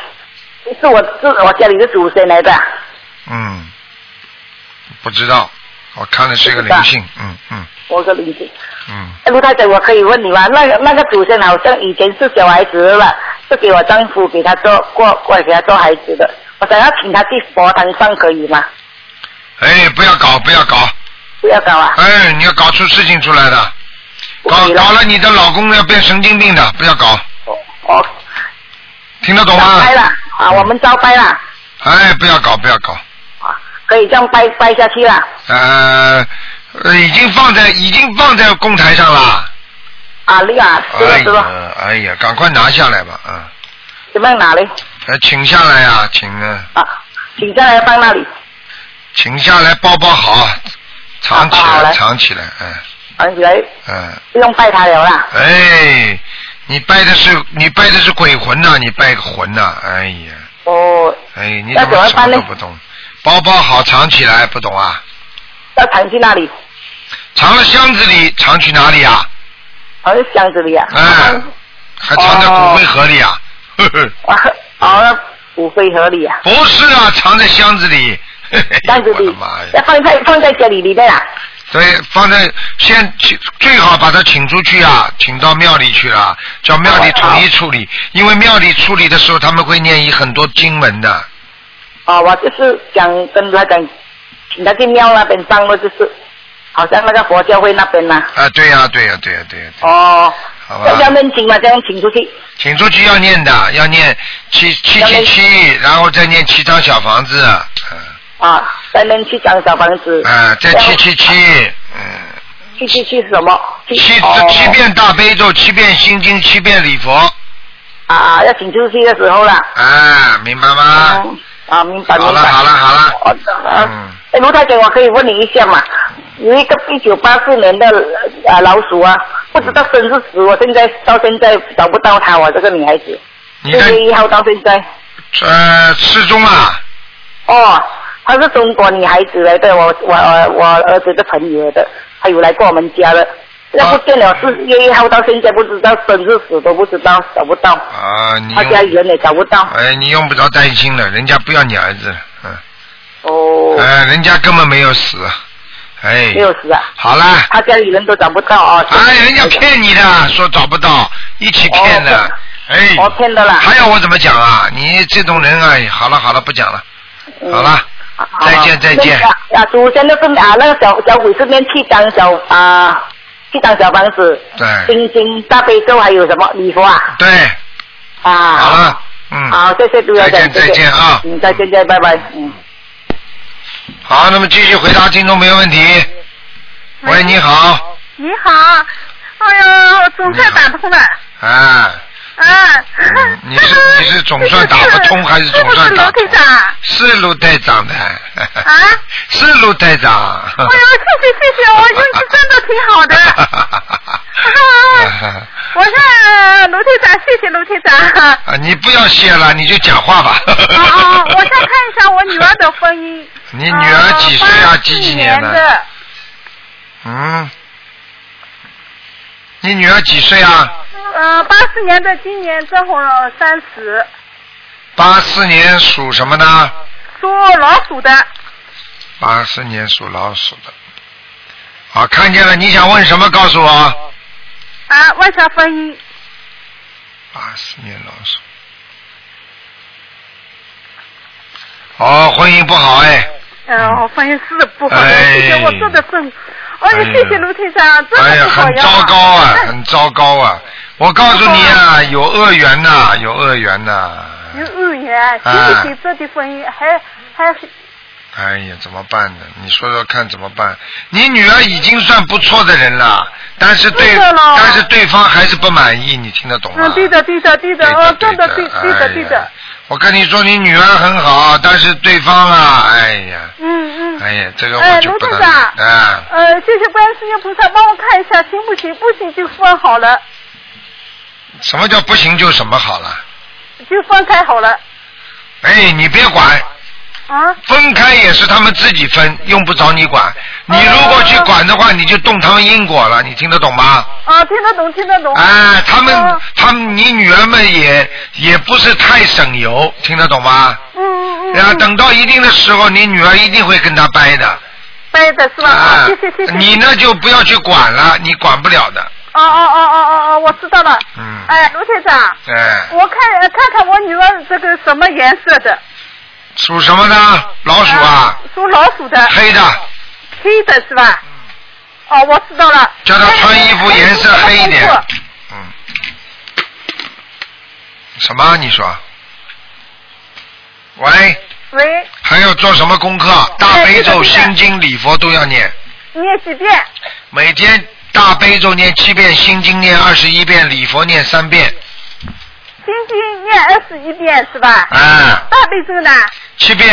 [SPEAKER 6] 是我是我家里的祖先来的啊，
[SPEAKER 1] 嗯，不知道，我看的是个灵性，嗯嗯
[SPEAKER 6] 我是邻居。
[SPEAKER 1] 嗯，
[SPEAKER 6] 哎卢台长，我可以问你吗？那个那个祖先好像以前是小孩子了，是给我丈夫给他做过过来给他做孩子的，我想要请他去佛堂上可以吗？
[SPEAKER 1] 哎，不要搞，不要搞，
[SPEAKER 6] 不要搞啊！
[SPEAKER 1] 哎，你要搞出事情出来的，搞搞了你的老公要变神经病的，不要搞。
[SPEAKER 6] 哦。
[SPEAKER 1] 听得懂
[SPEAKER 6] 招
[SPEAKER 1] 吗？
[SPEAKER 6] 拜啦啊，我们招拜啦，
[SPEAKER 1] 哎，不要搞，不要搞。
[SPEAKER 6] 可以这样拜拜下去啦
[SPEAKER 1] 呃，呃已经放在已经放在供台上了。
[SPEAKER 6] 啊，那个啊是
[SPEAKER 1] 哎
[SPEAKER 6] 吧是吧？
[SPEAKER 1] 呀，哎呀，赶快拿下来吧，啊，
[SPEAKER 6] 怎么样拿嘞？
[SPEAKER 1] 呃，请下来啊，请啊，
[SPEAKER 6] 请下来放那里，
[SPEAKER 1] 请下来，包包好，藏起
[SPEAKER 6] 好
[SPEAKER 1] 来，
[SPEAKER 6] 嘞
[SPEAKER 1] 藏起来，嗯
[SPEAKER 6] 绑起来
[SPEAKER 1] 嗯，
[SPEAKER 6] 不用拜他了啦。
[SPEAKER 1] 哎，你拜的是你拜的是鬼魂呐、你拜个魂呐、哎呀，
[SPEAKER 6] 哦，
[SPEAKER 1] 哎，你
[SPEAKER 6] 那
[SPEAKER 1] 怎
[SPEAKER 6] 怎
[SPEAKER 1] 么
[SPEAKER 6] 么
[SPEAKER 1] 什么
[SPEAKER 6] 办
[SPEAKER 1] 都
[SPEAKER 6] 呢
[SPEAKER 1] 不懂？包包好，藏起来，不懂啊？
[SPEAKER 6] 要藏去那里，
[SPEAKER 1] 藏了箱子里，藏去哪里啊？
[SPEAKER 6] 好像箱子里啊。
[SPEAKER 1] 哎，还藏在骨灰盒里啊？呵呵。 *laughs*
[SPEAKER 6] 哇，好像哦骨灰盒里啊，
[SPEAKER 1] 不是啊，藏在箱子里。 *laughs* 箱子里。我的妈呀！
[SPEAKER 6] 要放在放在家里里面啊。
[SPEAKER 1] 对，放在先请最好把它请出去啊，请到庙里去啊，叫庙里统一处理，因为庙里处理的时候他们会念一很多经文的。
[SPEAKER 6] 哦，我就是想跟他讲，请他去庙那边上了，就是好像那个佛教会那边呐、
[SPEAKER 1] 啊，对呀、对呀、对呀、对呀、
[SPEAKER 6] 哦，
[SPEAKER 1] 好
[SPEAKER 6] 要要
[SPEAKER 1] 吧。
[SPEAKER 6] 认清嘛，这样请出去。
[SPEAKER 1] 请出去要念的，要念七七七七，然后再念七张小房子，
[SPEAKER 6] 啊，再扔去张小房子。
[SPEAKER 1] 啊，再七七七，
[SPEAKER 6] 去去去什么？去
[SPEAKER 1] 七
[SPEAKER 6] 哦
[SPEAKER 1] 七遍大悲咒，七遍心经，七遍礼佛，
[SPEAKER 6] 啊啊！要请出去的时候啦。
[SPEAKER 1] 啊，明白吗？
[SPEAKER 6] 啊，明白明白。
[SPEAKER 1] 好了好了好了，
[SPEAKER 6] 嗯。哎，卢太姐，我可以问你一下嘛？有一个一九八四年的呃老鼠啊，不知道生是死，我现在到现在找不到她，我这个女孩子，
[SPEAKER 1] 你
[SPEAKER 6] 六月一号到现在。
[SPEAKER 1] 呃，失踪啊，
[SPEAKER 6] 哦，她是中国女孩子来的，我我我我儿子的朋友来的，她有来过我们家的。那不见了，是月一号到现在不知道生是死都不知道，找不到，
[SPEAKER 1] 啊，你
[SPEAKER 6] 她
[SPEAKER 1] 用
[SPEAKER 6] 家里人也找不到。
[SPEAKER 1] 哎，你用不着担心了，人家不要你儿子了，嗯，
[SPEAKER 6] 哦，
[SPEAKER 1] 哎，人家根本没有死，哎
[SPEAKER 6] 没，有死啊。
[SPEAKER 1] 好啦，
[SPEAKER 6] 他家里人都找不到啊。
[SPEAKER 1] 哎，人家骗你的，说找不到，一起骗的，哎，
[SPEAKER 6] 我骗的啦。
[SPEAKER 1] 还要我怎么讲啊？你这种人哎，好了好了，不讲了，好了，再见再见
[SPEAKER 6] 那个啊，祖先就是啊，那个小小鬼是念七张小啊，七张小房子，
[SPEAKER 1] 对
[SPEAKER 6] 心经、大悲咒，还有什么礼佛啊？
[SPEAKER 1] 对，
[SPEAKER 6] 啊。
[SPEAKER 1] 好了，嗯，
[SPEAKER 6] 好，谢谢杜
[SPEAKER 1] 再
[SPEAKER 6] 院
[SPEAKER 1] 见
[SPEAKER 6] 长，
[SPEAKER 1] 再
[SPEAKER 6] 谢谢
[SPEAKER 1] 见啊，
[SPEAKER 6] 嗯，再见，再见，拜拜，嗯。
[SPEAKER 1] 好，那么继续回答听众朋友问题。喂，你好，
[SPEAKER 3] 你好，哎呦，总算打通了，
[SPEAKER 1] 哎，
[SPEAKER 3] 啊，
[SPEAKER 1] 你是你是总算打不通还是
[SPEAKER 3] 是
[SPEAKER 1] 总
[SPEAKER 3] 不是
[SPEAKER 1] 算打通
[SPEAKER 3] 罗队？长？啊，
[SPEAKER 1] 是陆队长的，是陆队长。
[SPEAKER 3] 哎呦，谢谢谢谢，我运气真的挺好的。
[SPEAKER 1] *laughs*
[SPEAKER 3] 啊我说呃卢队长，谢谢卢队长。啊
[SPEAKER 1] 啊，你不要谢了，你就讲话 *laughs* 吧。
[SPEAKER 3] 啊，我再看一下我女儿的婚姻，
[SPEAKER 1] 你女儿几岁啊？几几
[SPEAKER 3] 一
[SPEAKER 1] 年的？
[SPEAKER 3] 的，
[SPEAKER 1] 嗯，你女儿几岁啊？
[SPEAKER 3] 呃，八四年的，今年正好三十，
[SPEAKER 1] 八四年属什么呢？
[SPEAKER 3] 属老鼠的。
[SPEAKER 1] 八四年属老鼠的。好，啊看见了，你想问什么？告诉我。
[SPEAKER 3] 啊，问一下婚姻。
[SPEAKER 1] 八四年老鼠。哦，婚姻不好哎，
[SPEAKER 3] 嗯，我发现是不好，
[SPEAKER 1] 哎
[SPEAKER 3] 谢谢我做的是，哎
[SPEAKER 1] 哎
[SPEAKER 3] 呀
[SPEAKER 1] 呀，
[SPEAKER 3] 谢谢卢台长，真
[SPEAKER 1] 哎
[SPEAKER 3] 的
[SPEAKER 1] 呀，
[SPEAKER 3] 不好
[SPEAKER 1] 很
[SPEAKER 3] 呀。
[SPEAKER 1] 糟糕啊，
[SPEAKER 3] 哎
[SPEAKER 1] 很糟糕啊！我告诉你啊，有恶缘呐、有恶缘呐、
[SPEAKER 3] 有恶缘，谢
[SPEAKER 1] 哎
[SPEAKER 3] 嗯谢这的婚姻，还还
[SPEAKER 1] 哎呀，怎么办呢？你说说看怎么办？你女儿已经算不错的人了，但是对，
[SPEAKER 3] 是的咯
[SPEAKER 1] 但是对方还是不满意，你听得懂吗？
[SPEAKER 3] 嗯，对的，对的，对的，哦，真的，对，对
[SPEAKER 1] 哎
[SPEAKER 3] 的，
[SPEAKER 1] 呀
[SPEAKER 3] 对的，
[SPEAKER 1] 我跟你说，你女儿很好，但是对方啊，哎呀，
[SPEAKER 3] 嗯嗯。
[SPEAKER 1] 哎呀，这个
[SPEAKER 3] 哎
[SPEAKER 1] 我就
[SPEAKER 3] 卢
[SPEAKER 1] 不
[SPEAKER 3] 队
[SPEAKER 1] 能
[SPEAKER 3] 长
[SPEAKER 1] 啊。
[SPEAKER 3] 呃，谢谢观世音菩萨，帮我看一下行不行？不行就分好了，
[SPEAKER 1] 什么叫不行就什么好了？
[SPEAKER 3] 就分开好了
[SPEAKER 1] 哎，你别管，
[SPEAKER 3] 啊。
[SPEAKER 1] 分开也是他们自己分，用不着你
[SPEAKER 3] 哦
[SPEAKER 1] 管。你如果去管的话，你就动他们因果了，你听得懂吗？
[SPEAKER 3] 啊，听得懂，听得懂。
[SPEAKER 1] 哎，他们
[SPEAKER 3] 哦，
[SPEAKER 1] 他们，你女儿们也也不是太省油，听得懂吗？
[SPEAKER 3] 嗯嗯
[SPEAKER 1] 然后
[SPEAKER 3] 嗯，
[SPEAKER 1] 等到一定的时候，你女儿一定会跟他掰的。
[SPEAKER 3] 掰的是吧？啊，
[SPEAKER 1] 啊
[SPEAKER 3] 谢谢谢谢。，
[SPEAKER 1] 你呢就不要去管了，你管不了的。
[SPEAKER 3] 哦哦哦哦哦哦，我知道了。
[SPEAKER 1] 嗯，
[SPEAKER 3] 哎，卢台长，
[SPEAKER 1] 哎，
[SPEAKER 3] 我看呃看看我女儿这个什么颜色的？
[SPEAKER 1] 属什么呢？老鼠啊，
[SPEAKER 3] 属老鼠的，
[SPEAKER 1] 黑的，
[SPEAKER 3] 黑的是吧？哦，我知道了。
[SPEAKER 1] 叫她穿衣服颜色黑一点嗯
[SPEAKER 3] 哎哎
[SPEAKER 1] 什么？你说？喂，
[SPEAKER 3] 喂，
[SPEAKER 1] 还要做什么功课？大悲咒、心经、礼佛都要念，
[SPEAKER 3] 念几遍？
[SPEAKER 1] 每天大悲咒念七遍，心经念二十一遍，礼佛念三遍，
[SPEAKER 3] 心经念二十一遍是吧？
[SPEAKER 1] 哎，
[SPEAKER 3] 大悲咒呢？
[SPEAKER 1] 七遍，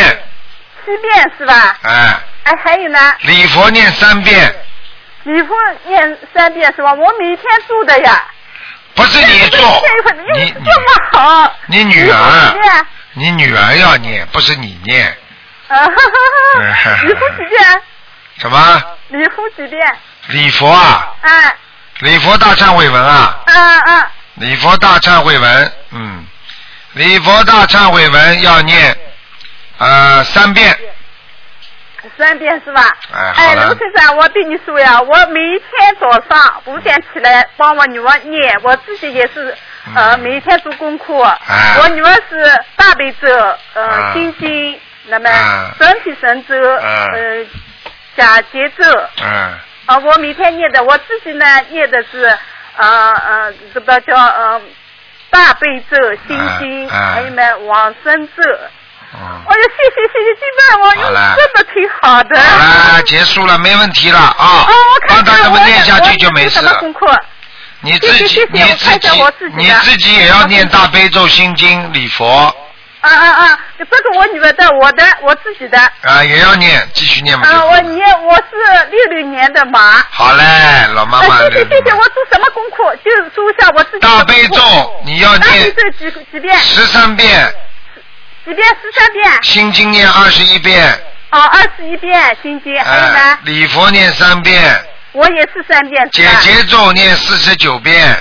[SPEAKER 3] 七遍是吧？
[SPEAKER 1] 哎，
[SPEAKER 3] 哎，还有呢，
[SPEAKER 1] 礼佛念三遍，
[SPEAKER 3] 礼佛念三遍是吧？我每天做的呀。
[SPEAKER 1] 不是你做，你
[SPEAKER 3] 这么好。
[SPEAKER 1] 你你女
[SPEAKER 3] 礼佛几
[SPEAKER 1] 儿，
[SPEAKER 3] 遍？啊
[SPEAKER 1] 你女儿要念，不是你念，
[SPEAKER 3] 啊哈哈哈！
[SPEAKER 1] 嗯
[SPEAKER 3] 礼佛几遍？
[SPEAKER 1] 什么？
[SPEAKER 3] 礼佛几遍？
[SPEAKER 1] 礼佛啊，
[SPEAKER 3] 哎
[SPEAKER 1] 礼佛大忏悔文啊，
[SPEAKER 3] 啊啊！
[SPEAKER 1] 礼佛大忏悔文，嗯，礼佛大忏悔文要念呃三遍，
[SPEAKER 3] 三遍是吧？
[SPEAKER 1] 哎好
[SPEAKER 3] 哎，
[SPEAKER 1] 了
[SPEAKER 3] 卢先生，我对你说呀，我每天早上五点起来帮我女儿念，我自己也是
[SPEAKER 1] 嗯
[SPEAKER 3] 呃每天做功课。
[SPEAKER 1] 哎
[SPEAKER 3] 我女儿是大悲咒，
[SPEAKER 1] 啊
[SPEAKER 3] 呃心经，那么
[SPEAKER 1] 啊
[SPEAKER 3] 整体神咒，
[SPEAKER 1] 啊
[SPEAKER 3] 呃假节咒。
[SPEAKER 1] 嗯，
[SPEAKER 3] 啊，我每天念的，我自己呢念的是呃呃这个叫呃大悲咒、心经，
[SPEAKER 1] 啊啊
[SPEAKER 3] 还有呢往生咒。
[SPEAKER 1] 嗯，
[SPEAKER 3] 我就谢谢谢谢，基本我
[SPEAKER 1] 好了
[SPEAKER 3] 真的挺好的。
[SPEAKER 1] 好啦，啊结束了，没问题了啊
[SPEAKER 3] 哦，我，
[SPEAKER 1] 帮
[SPEAKER 3] 看
[SPEAKER 1] 他
[SPEAKER 3] 看
[SPEAKER 1] 这
[SPEAKER 3] 我
[SPEAKER 1] 么念下去就没事
[SPEAKER 3] 什么
[SPEAKER 1] 了。
[SPEAKER 3] 功课？
[SPEAKER 1] 你自
[SPEAKER 3] 谢
[SPEAKER 1] 己
[SPEAKER 3] 谢谢谢
[SPEAKER 1] 你
[SPEAKER 3] 我
[SPEAKER 1] 自
[SPEAKER 3] 看一
[SPEAKER 1] 己
[SPEAKER 3] 下我自己的
[SPEAKER 1] 你自己也要念大悲咒心经礼佛
[SPEAKER 3] 啊啊啊！这个我女儿的，我的，我自己的。
[SPEAKER 1] 啊，也要念，继续念嘛就
[SPEAKER 3] 啊，我
[SPEAKER 1] 好了。
[SPEAKER 3] 年我是六六年的马。啊，
[SPEAKER 1] 好嘞，老妈妈。
[SPEAKER 3] *laughs* 哎谢谢谢谢，我做什么功课？就做一下我自己的功
[SPEAKER 1] 大
[SPEAKER 3] 课。
[SPEAKER 1] 悲咒你要
[SPEAKER 3] 大悲
[SPEAKER 1] 念
[SPEAKER 3] 咒几几遍？
[SPEAKER 1] 十三遍，
[SPEAKER 3] 几遍？十三遍。
[SPEAKER 1] 心经念二十一遍。
[SPEAKER 3] 哦，二十一遍心经，还有
[SPEAKER 1] 哎
[SPEAKER 3] 呢，，
[SPEAKER 1] 礼佛念三遍，
[SPEAKER 3] 我也是三遍，是
[SPEAKER 1] 解
[SPEAKER 3] 吧？
[SPEAKER 1] 结咒念四十九遍，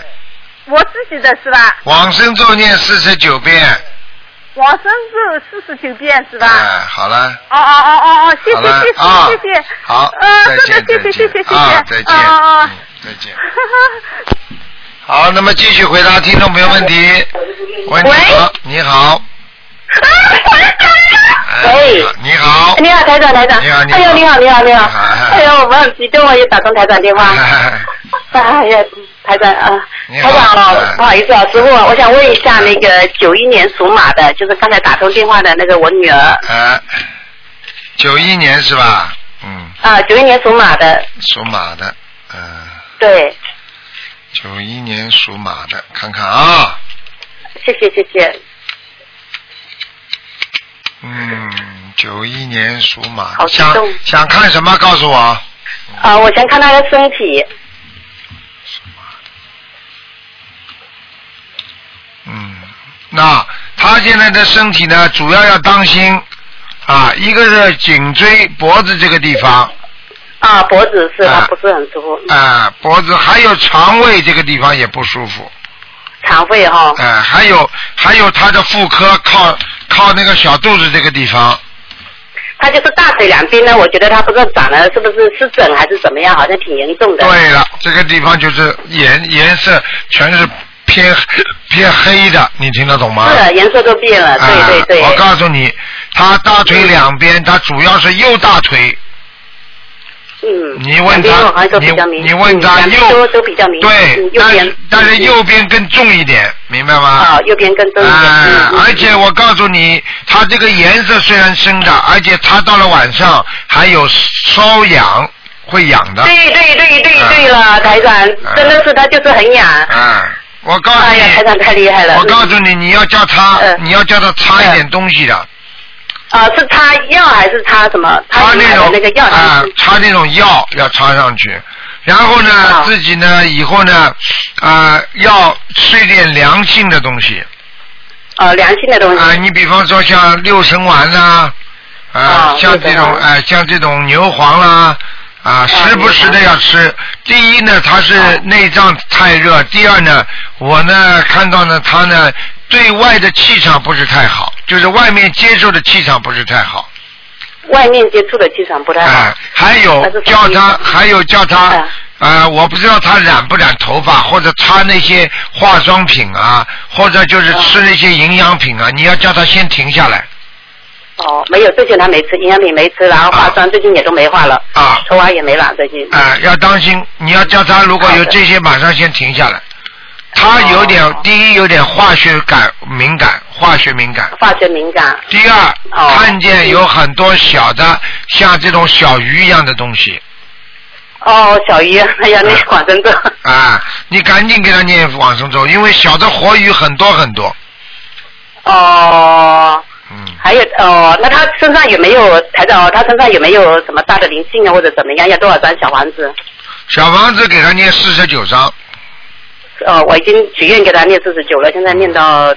[SPEAKER 3] 我自己的是吧？
[SPEAKER 1] 往生咒念四十九遍。
[SPEAKER 3] 往生咒四十九遍是吧？
[SPEAKER 1] 哎，好了，
[SPEAKER 3] 哦哦哦哦哦，谢谢
[SPEAKER 1] 好了
[SPEAKER 3] 谢
[SPEAKER 1] 啊
[SPEAKER 3] 谢谢谢，
[SPEAKER 1] 好，
[SPEAKER 3] 呃，
[SPEAKER 1] 再
[SPEAKER 3] 真
[SPEAKER 1] 见，
[SPEAKER 3] 的
[SPEAKER 1] 再
[SPEAKER 3] 谢谢谢
[SPEAKER 1] 见
[SPEAKER 3] 谢谢谢，
[SPEAKER 1] 啊，再见，
[SPEAKER 3] 哦哦
[SPEAKER 1] 嗯，再
[SPEAKER 3] *laughs*
[SPEAKER 1] 见。嗯好，那么继续回答听众朋友问题。喂，你好，你好，哎
[SPEAKER 6] 喂，
[SPEAKER 1] 你好，
[SPEAKER 6] 你好，台长，台长。
[SPEAKER 1] 你好你好
[SPEAKER 6] 哎呦，你好，你好，你好。哎呦，我很激动，我也打通台长电话。
[SPEAKER 1] *laughs*
[SPEAKER 6] 哎呀，台长啊，
[SPEAKER 1] 你
[SPEAKER 6] 台长
[SPEAKER 1] 好
[SPEAKER 6] 哦，不好意思啊，师傅，我想问一下那个九一年属马的，就是刚才打通电话的那个我女儿
[SPEAKER 1] 哎，九一年是吧？嗯，
[SPEAKER 6] 啊，九一年属马的，
[SPEAKER 1] 属马的，嗯，
[SPEAKER 6] 对，
[SPEAKER 1] 九一年属马的，看看啊，
[SPEAKER 6] 谢谢谢谢，
[SPEAKER 1] 嗯，九一年属马
[SPEAKER 6] 好
[SPEAKER 1] 的，
[SPEAKER 6] 激
[SPEAKER 1] 想
[SPEAKER 6] 动
[SPEAKER 1] 想看什么？告诉我。
[SPEAKER 6] 啊，我想看她的身体，
[SPEAKER 1] 嗯，那他现在的身体呢，主要要当心啊，一个是颈椎、脖子这个地方
[SPEAKER 6] 啊，脖子是
[SPEAKER 1] 啊
[SPEAKER 6] 她不是很舒服，
[SPEAKER 1] 啊，脖子还有肠胃这个地方也不舒服，
[SPEAKER 6] 肠胃哈，
[SPEAKER 1] 啊，还有还有他的妇科靠靠那个小肚子这个地方，
[SPEAKER 6] 她就是大腿两边呢，我觉得她不知道长了是不是湿疹还是怎么样，好像挺严重的，
[SPEAKER 1] 对了，这个地方就是颜颜色全是偏偏黑的，你听得懂吗？
[SPEAKER 11] 是颜色都变了，对对对。
[SPEAKER 1] 啊我告诉你，他大腿两边，他主要是右大腿。
[SPEAKER 11] 嗯，
[SPEAKER 1] 你问
[SPEAKER 11] 两边我好
[SPEAKER 1] 他
[SPEAKER 11] 像都，比
[SPEAKER 1] 你
[SPEAKER 11] 较明
[SPEAKER 1] 你问他
[SPEAKER 11] 嗯两边
[SPEAKER 1] 右
[SPEAKER 11] 都都比较明嗯
[SPEAKER 1] 对
[SPEAKER 11] 右，
[SPEAKER 1] 但
[SPEAKER 11] 边
[SPEAKER 1] 是但是右边更重一点，明白吗？
[SPEAKER 11] 啊，右边跟中间。嗯
[SPEAKER 1] 啊，而且我告诉你，它这个颜色虽然深的，而且它到了晚上还有瘙痒，会痒的。
[SPEAKER 11] 对对对对对了，台长，真的是他就是很痒。
[SPEAKER 1] 啊，我告诉你，
[SPEAKER 11] 哎呀，台长太厉害了。嗯
[SPEAKER 1] 我告诉你，你要叫他，你要叫他擦一点东西的，
[SPEAKER 11] 啊，是擦药还是擦什么？擦那种那个药。
[SPEAKER 1] 啊，擦那种药要擦上去。然后
[SPEAKER 11] 啊
[SPEAKER 1] 呢，自己呢，以后呢，啊、要吃一点凉性的东西。
[SPEAKER 11] 哦，良性的东西。
[SPEAKER 1] 啊、你比方说像六神丸啦、啊，像这种哎、像这种牛黄啦、啊，时不时的要吃。第一呢，它
[SPEAKER 11] 啊
[SPEAKER 1] 是内脏太热；第二呢，我呢看到呢，它呢对外的气场不是太好，就是外面接受的气场不是太好。
[SPEAKER 11] 外面接触的气场不太好。
[SPEAKER 1] 哎，还有
[SPEAKER 11] 是什
[SPEAKER 1] 叫
[SPEAKER 11] 么意思
[SPEAKER 1] 他，还有叫他，呃，我不知道他染不染头发，或者擦那些化妆品啊，或者就是吃那些营养品啊，你要叫他先停下来。
[SPEAKER 11] 哦，没有，最近他没吃营养品没吃，然后化妆最近也都没化了，
[SPEAKER 1] 啊，
[SPEAKER 11] 头发也没染最近。
[SPEAKER 1] 啊、要当心，你要叫他如果有这些，马上先停下来。他有点，第一有点化学感敏感，化学敏感。
[SPEAKER 11] 化学敏感。
[SPEAKER 1] 第二，看见有很多小的，像这种小鱼一样的东西。
[SPEAKER 11] 哦，小鱼，哎呀，那广真咒。
[SPEAKER 1] 啊，你赶紧给他念往生咒，因为小的活鱼很多很多。
[SPEAKER 11] 哦。还有哦，那他身上有没有台长？他身上有没有什么大的灵性啊，或者怎么样？要多少张小房子？
[SPEAKER 1] 小房子给他念四十九章，
[SPEAKER 11] 哦，我已经许愿给他念四十九了，现在念到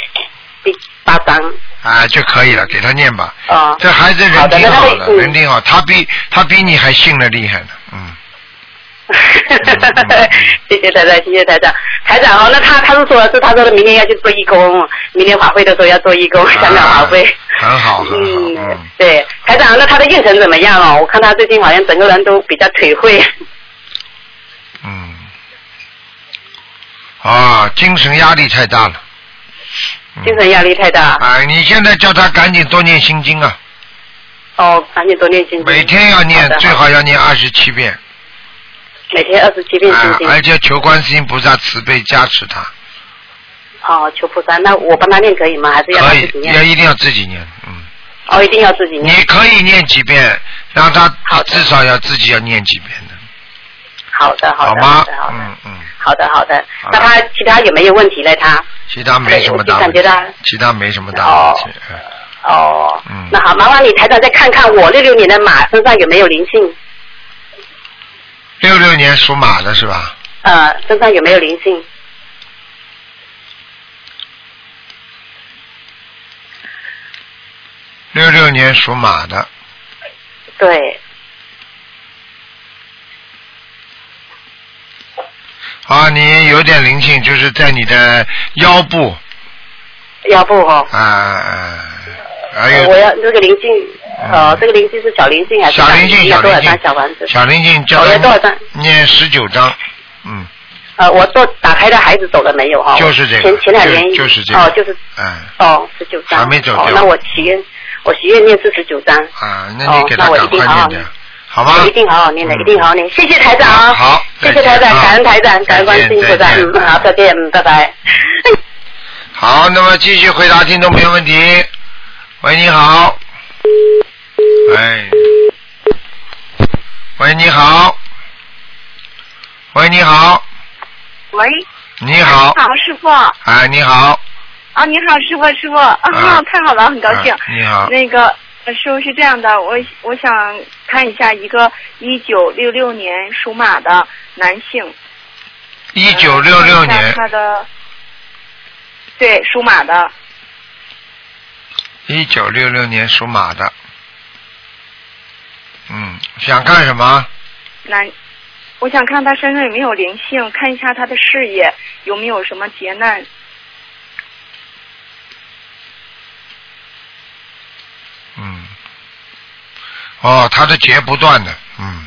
[SPEAKER 11] 第八章。
[SPEAKER 1] 啊就可以了，给他念吧。
[SPEAKER 11] 哦，
[SPEAKER 1] 这孩子
[SPEAKER 11] 好
[SPEAKER 1] 人
[SPEAKER 11] 的
[SPEAKER 1] 挺
[SPEAKER 11] 那
[SPEAKER 1] 好
[SPEAKER 11] 他
[SPEAKER 1] 的，
[SPEAKER 11] 嗯
[SPEAKER 1] 人挺好，他比他比你还信的厉害呢。
[SPEAKER 11] *laughs* 谢谢台长，谢谢台长。台长哦，那他他是说是他说的明年要去做义工，明年法会的时候要做义工，香港法会。
[SPEAKER 1] 很好，嗯很好。
[SPEAKER 11] 对，台长，那他的运程怎么样哦？我看他最近好像整个人都比较颓废。
[SPEAKER 1] 啊，精神压力太大了。嗯
[SPEAKER 11] 精神压力太大。
[SPEAKER 1] 啊，你现在叫他赶紧多念心经啊，
[SPEAKER 11] 哦，赶紧多念心经。
[SPEAKER 1] 每天要念
[SPEAKER 11] 好的，
[SPEAKER 1] 最好要念二十七遍
[SPEAKER 11] 每天二十七遍
[SPEAKER 1] 啊
[SPEAKER 11] 心，经。
[SPEAKER 1] 而且求观世音菩萨慈悲加持他，
[SPEAKER 11] 哦，求菩萨，那我帮他念可以吗？还是要
[SPEAKER 1] 可
[SPEAKER 11] 他
[SPEAKER 1] 以
[SPEAKER 11] 自己，
[SPEAKER 1] 要
[SPEAKER 11] 念？
[SPEAKER 1] 一定要自己念。嗯
[SPEAKER 11] 哦，一定要自己
[SPEAKER 1] 你
[SPEAKER 11] 念。
[SPEAKER 1] 可以念几遍，让他至少要自己要念几遍的，
[SPEAKER 11] 好的，好
[SPEAKER 1] 好
[SPEAKER 11] 的，
[SPEAKER 1] 吗
[SPEAKER 11] 好的，？好的
[SPEAKER 1] 嗯嗯，
[SPEAKER 11] 好的，好的。
[SPEAKER 1] 好了
[SPEAKER 11] 那他其他有没有问题呢？他
[SPEAKER 1] 其他没什么大
[SPEAKER 11] 对我
[SPEAKER 1] 问
[SPEAKER 11] 就感觉
[SPEAKER 1] 题
[SPEAKER 11] 到，
[SPEAKER 1] 其他没什么大问题。嗯
[SPEAKER 11] 哦，
[SPEAKER 1] 嗯
[SPEAKER 11] 那好，麻烦你台长再看看我六六年的马身上有没有灵性，
[SPEAKER 1] 六六年属马的是吧？
[SPEAKER 11] 呃，身上有没有灵性？
[SPEAKER 1] 六六年属马的，
[SPEAKER 11] 对，
[SPEAKER 1] 啊，你有点灵性，就是在你的腰部
[SPEAKER 11] 要不哦，
[SPEAKER 1] 啊啊，还有嗯
[SPEAKER 11] 我要这个灵性，呃，这个灵性是小灵性还是
[SPEAKER 1] 小灵性，
[SPEAKER 11] 要
[SPEAKER 1] 小
[SPEAKER 11] 多
[SPEAKER 1] 灵
[SPEAKER 11] 少张
[SPEAKER 1] 性
[SPEAKER 11] 小房子，？
[SPEAKER 1] 小灵性叫
[SPEAKER 11] 我要多少张
[SPEAKER 1] 他念十九章，
[SPEAKER 11] 呃，我做打开的孩子走了没有哈？
[SPEAKER 1] 就是这个
[SPEAKER 11] 前前两年
[SPEAKER 1] 就就是这个
[SPEAKER 11] 哦，就是
[SPEAKER 1] 嗯
[SPEAKER 11] 哦，十九张。
[SPEAKER 1] 还没走
[SPEAKER 11] 哦
[SPEAKER 1] 掉，
[SPEAKER 11] 那我许愿，我许愿念四十九张。
[SPEAKER 1] 啊，那
[SPEAKER 11] 哦
[SPEAKER 1] 你给
[SPEAKER 11] 那
[SPEAKER 1] 他
[SPEAKER 11] 我
[SPEAKER 1] 赶
[SPEAKER 11] 一定
[SPEAKER 1] 快
[SPEAKER 11] 好好
[SPEAKER 1] 念
[SPEAKER 11] 念
[SPEAKER 1] 掉，好吗
[SPEAKER 11] 我一？定好好念的，一定好好念。谢谢台长啊，
[SPEAKER 1] 好，
[SPEAKER 11] 谢
[SPEAKER 1] 再
[SPEAKER 11] 谢
[SPEAKER 1] 见
[SPEAKER 11] 台长，
[SPEAKER 1] 啊
[SPEAKER 11] 感恩台长，感恩观世音菩萨
[SPEAKER 1] 再见，
[SPEAKER 11] 嗯，好，再见，嗯，拜拜。
[SPEAKER 1] 好，那么继续回答听众朋友问题。喂，你好。哎。喂，你好。喂，你好。
[SPEAKER 12] 喂，
[SPEAKER 1] 你好
[SPEAKER 12] 你。好，师傅。
[SPEAKER 1] 哎，你好。
[SPEAKER 12] 啊，你好，师傅，师傅。啊，
[SPEAKER 1] 啊
[SPEAKER 12] 太好了，很高兴。
[SPEAKER 1] 啊你好
[SPEAKER 12] 那个呃师傅是这样的，我我想看一下一个一九六六年属马的男性。呃
[SPEAKER 1] 一九六六
[SPEAKER 12] 看一下
[SPEAKER 1] 年，
[SPEAKER 12] 他的。对，属马的。
[SPEAKER 1] 一九六六年属马的。嗯，想干什么？
[SPEAKER 12] 男，我想看他身上有没有灵性，看一下他的事业有没有什么劫难。
[SPEAKER 1] 嗯。哦，他的劫不断的，嗯。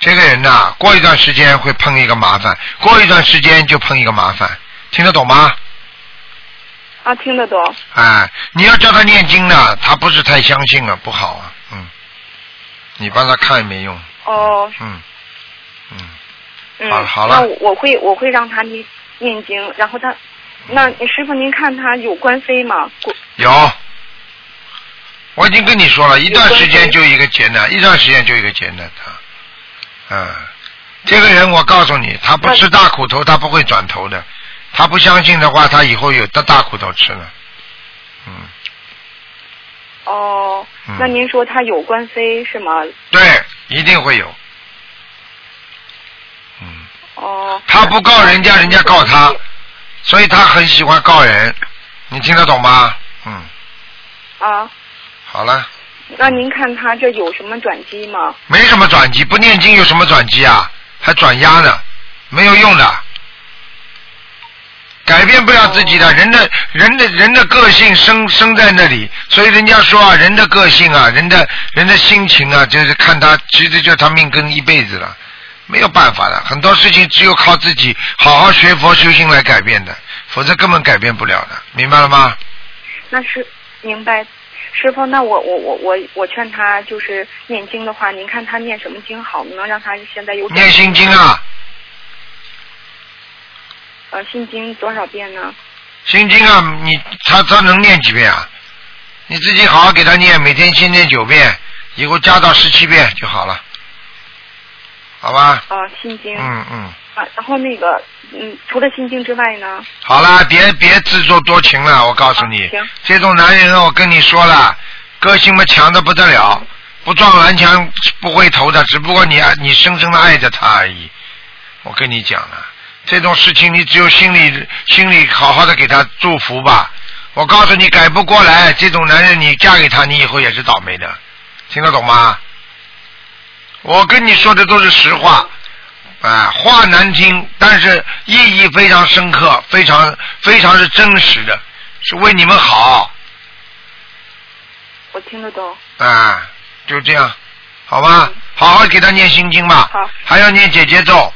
[SPEAKER 1] 这个人呐、过一段时间会碰一个麻烦，过一段时间就碰一个麻烦，听得懂吗？
[SPEAKER 12] 啊，听得懂。
[SPEAKER 1] 哎，你要叫他念经的，他不是太相信了，不好啊，嗯，你帮他看也没用，
[SPEAKER 12] 哦，
[SPEAKER 1] 嗯嗯，
[SPEAKER 12] 嗯，
[SPEAKER 1] 好好了
[SPEAKER 12] 那我我会我会让他念念经，然后他，那师傅您看他有官非吗？过
[SPEAKER 1] 有。我已经跟你说了，一段时间就一个劫难，一段时间就一个劫难啊，嗯，这个人我告诉你，他不吃大苦头，他不会转头的，他不相信的话，他以后有的大苦头吃了，嗯，
[SPEAKER 12] 哦
[SPEAKER 1] 嗯，
[SPEAKER 12] 那您说他有官非是吗？
[SPEAKER 1] 对，一定会有，
[SPEAKER 12] 哦，
[SPEAKER 1] 他不告人家，人家告他，所以他很喜欢告人，你听得懂吗？嗯，
[SPEAKER 12] 啊，
[SPEAKER 1] 好了，
[SPEAKER 12] 那您看他这有什么转机吗？
[SPEAKER 1] 没什么转机，不念经有什么转机啊？还转压呢，没有用的，改变不了自己的。人的人的人的个性生生在那里，所以人家说啊，人的个性啊，人的人的心情啊，就是看他，其实就是他命根一辈子了，没有办法的。很多事情只有靠自己好好学佛修心来改变的，否则根本改变不了的，明白了吗？
[SPEAKER 12] 那是明白，师傅，那我我我我我劝他就是念经的话，您看他念什么经好，能让他现在有转
[SPEAKER 1] 念心经啊，
[SPEAKER 12] 呃心经多少遍呢？
[SPEAKER 1] 心经啊，你他他能念几遍啊？你自己好好给他念，每天先念九遍，以后加到十七遍就好了，好吧？
[SPEAKER 12] 啊、心经、
[SPEAKER 1] 嗯嗯，
[SPEAKER 12] 啊，然后那个嗯，除了心经之外呢？
[SPEAKER 1] 好啦，别别自作多情了，我告诉你，
[SPEAKER 12] 行
[SPEAKER 1] 这种男人我跟你说了，个性嘛强的不得了，不撞南墙不回头的，只不过你爱啊你深深的爱着他而已。我跟你讲了，这种事情你只有心里心里好好的给他祝福吧。我告诉你，改不过来，这种男人你嫁给他，你以后也是倒霉的，听得懂吗？我跟你说的都是实话，啊，话难听，但是意义非常深刻，非常非常是真实的，是为你们好
[SPEAKER 12] 我听得懂。
[SPEAKER 1] 啊，就这样，好吧，好好给他念心经吧，
[SPEAKER 12] 好，
[SPEAKER 1] 还要念姐姐咒，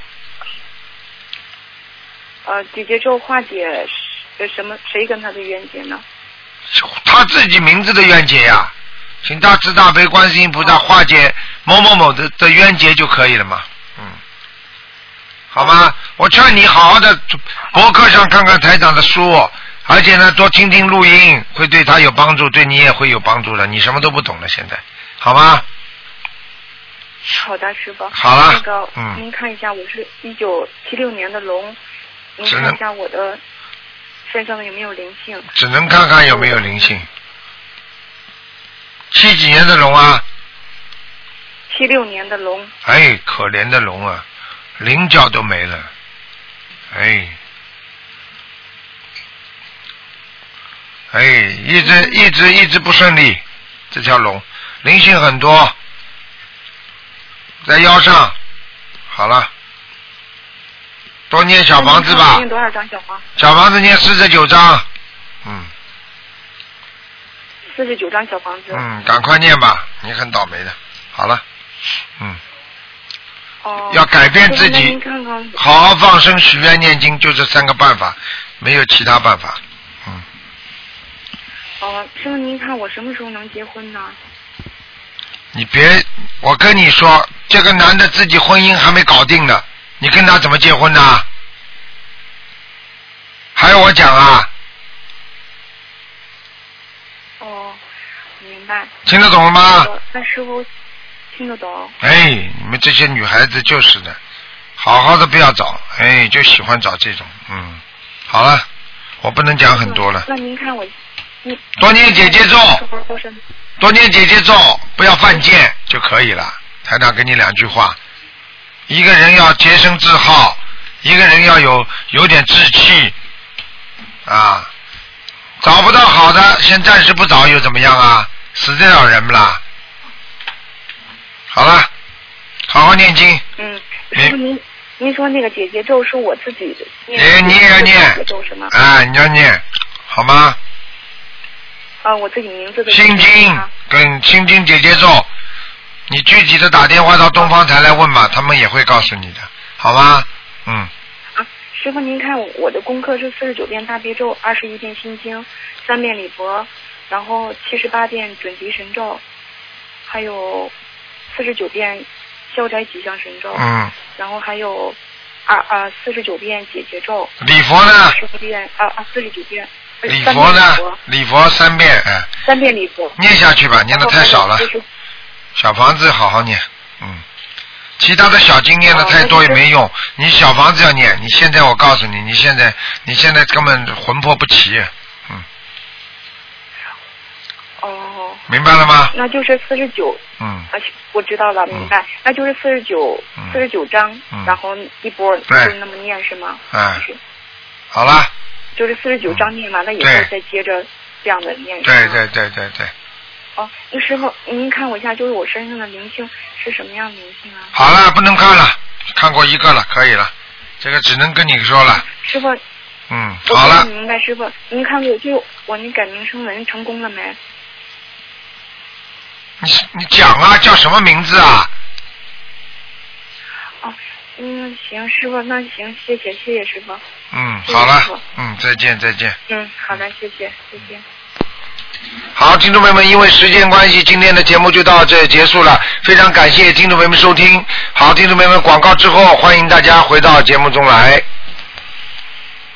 [SPEAKER 12] 呃，姐姐咒化解是呃什么？谁跟他的冤结呢？
[SPEAKER 1] 他自己名字的冤结呀、请大慈大悲观世音菩萨化解某某某的的冤结就可以了嘛，嗯，好吗？我劝你好好的博客上看看台长的书，哦而且呢多听听录音，会对他有帮助，对你也会有帮助的。你什么都不懂了，现在，好吗？
[SPEAKER 12] 好的，师傅。
[SPEAKER 1] 好了
[SPEAKER 12] 那个，
[SPEAKER 1] 嗯
[SPEAKER 12] 您看一下，我是一九七六年的龙，您
[SPEAKER 1] 只能
[SPEAKER 12] 看一下我的身上有没有灵性？
[SPEAKER 1] 只能看看有没有灵性。七几年的龙啊，
[SPEAKER 12] 七六年的龙，
[SPEAKER 1] 哎，可怜的龙啊，菱角都没了，哎，哎，一直一直一直不顺利，这条龙灵性很多，在腰上，好了，多念小房子
[SPEAKER 12] 那您看我
[SPEAKER 1] 吧
[SPEAKER 12] 念，多少张小房？
[SPEAKER 1] 小房子念四十九章，
[SPEAKER 12] 四十九张小房子。
[SPEAKER 1] 嗯，赶快念吧，你很倒霉的，好了，嗯。
[SPEAKER 12] 哦。
[SPEAKER 1] 要改变自己
[SPEAKER 12] 那您看看。
[SPEAKER 1] 好好放生、许愿、念经，就这三个办法，没有其他办法。
[SPEAKER 12] 哦，师傅，您看我什么时候能结婚呢？
[SPEAKER 1] 你别，我跟你说，这个男的自己婚姻还没搞定呢，你跟他怎么结婚呢？还要我讲啊？
[SPEAKER 12] 哦，明白。
[SPEAKER 1] 听得懂了吗？
[SPEAKER 12] 呃那师傅听得懂。
[SPEAKER 1] 哎，你们这些女孩子就是的，好好的不要找，哎，就喜欢找这种，嗯，好了，我不能讲很多了，
[SPEAKER 12] 那您看我，你
[SPEAKER 1] 啊多念姐姐咒
[SPEAKER 12] 多深
[SPEAKER 1] 多念姐姐咒，不要犯贱就可以了。台长给你两句话：一个人要洁身自好，一个人要有有点志气啊。找不到好的，先暂时不找又怎么样啊？死得了人不啦？好了，好好念经。
[SPEAKER 12] 嗯，师傅您您说那个姐姐咒是我自己念的，
[SPEAKER 1] 哎你也要念
[SPEAKER 12] 姐姐咒是吗？
[SPEAKER 1] 啊，你要念，好吗？
[SPEAKER 12] 啊，我自己名字的
[SPEAKER 1] 心经跟心经姐姐咒，你具体的打电话到东方台来问嘛，他们也会告诉你的，好吗？嗯，
[SPEAKER 12] 师傅，您看我的功课是四十九遍大悲咒，二十一遍心经，三遍礼佛，然后七十八遍准提神咒，还有四十九遍消灾吉祥神咒，
[SPEAKER 1] 嗯，
[SPEAKER 12] 然后还有二啊四十九遍解结咒，
[SPEAKER 1] 礼佛呢
[SPEAKER 12] 十遍啊啊四十九遍，呃
[SPEAKER 1] 礼
[SPEAKER 12] 三遍
[SPEAKER 1] 佛呢
[SPEAKER 12] 礼佛？
[SPEAKER 1] 礼佛三遍，嗯，
[SPEAKER 12] 三遍礼佛，
[SPEAKER 1] 念下去吧，念的太少了
[SPEAKER 12] 然后还有就是
[SPEAKER 1] 小房子好好念，嗯，其他的小经念的太多也没用，你小房子要念，你现在我告诉你，你现在你现在根本魂魄不齐，嗯，
[SPEAKER 12] 哦，
[SPEAKER 1] 明白了吗？
[SPEAKER 12] 那就是四十九，
[SPEAKER 1] 嗯，
[SPEAKER 12] 而且我知道了，明白，那就是四十九四十九章，
[SPEAKER 1] 嗯
[SPEAKER 12] 然后一波就
[SPEAKER 1] 对
[SPEAKER 12] 是那么念是吗？
[SPEAKER 1] 哎，好了，
[SPEAKER 12] 就是四十九章念完了以后
[SPEAKER 1] 嗯对
[SPEAKER 12] 再接着这样的念。
[SPEAKER 1] 对对对对对，
[SPEAKER 12] 哦，那师傅，您看我一下，就是我身上的灵性是什么样的灵性啊？
[SPEAKER 1] 好了，不能看了，看过一个了，可以了，这个只能跟你说了，
[SPEAKER 12] 师傅，我
[SPEAKER 1] 嗯，好了
[SPEAKER 12] 不，明白，师傅，您看我就我那改名声纹成功了没？
[SPEAKER 1] 你你讲啊，叫什么名字啊？
[SPEAKER 12] 嗯，行，师傅，那行，谢谢，谢谢师傅。
[SPEAKER 1] 嗯，
[SPEAKER 12] 谢谢
[SPEAKER 1] 好
[SPEAKER 12] 师
[SPEAKER 1] 了
[SPEAKER 12] 傅，
[SPEAKER 1] 嗯，再见再见。
[SPEAKER 12] 嗯，好的，谢谢，谢谢。
[SPEAKER 1] 好，听众朋友们，因为时间关系，今天的节目就到这结束了。非常感谢听众朋友们收听。好，听众朋友们，广告之后，欢迎大家回到节目中来。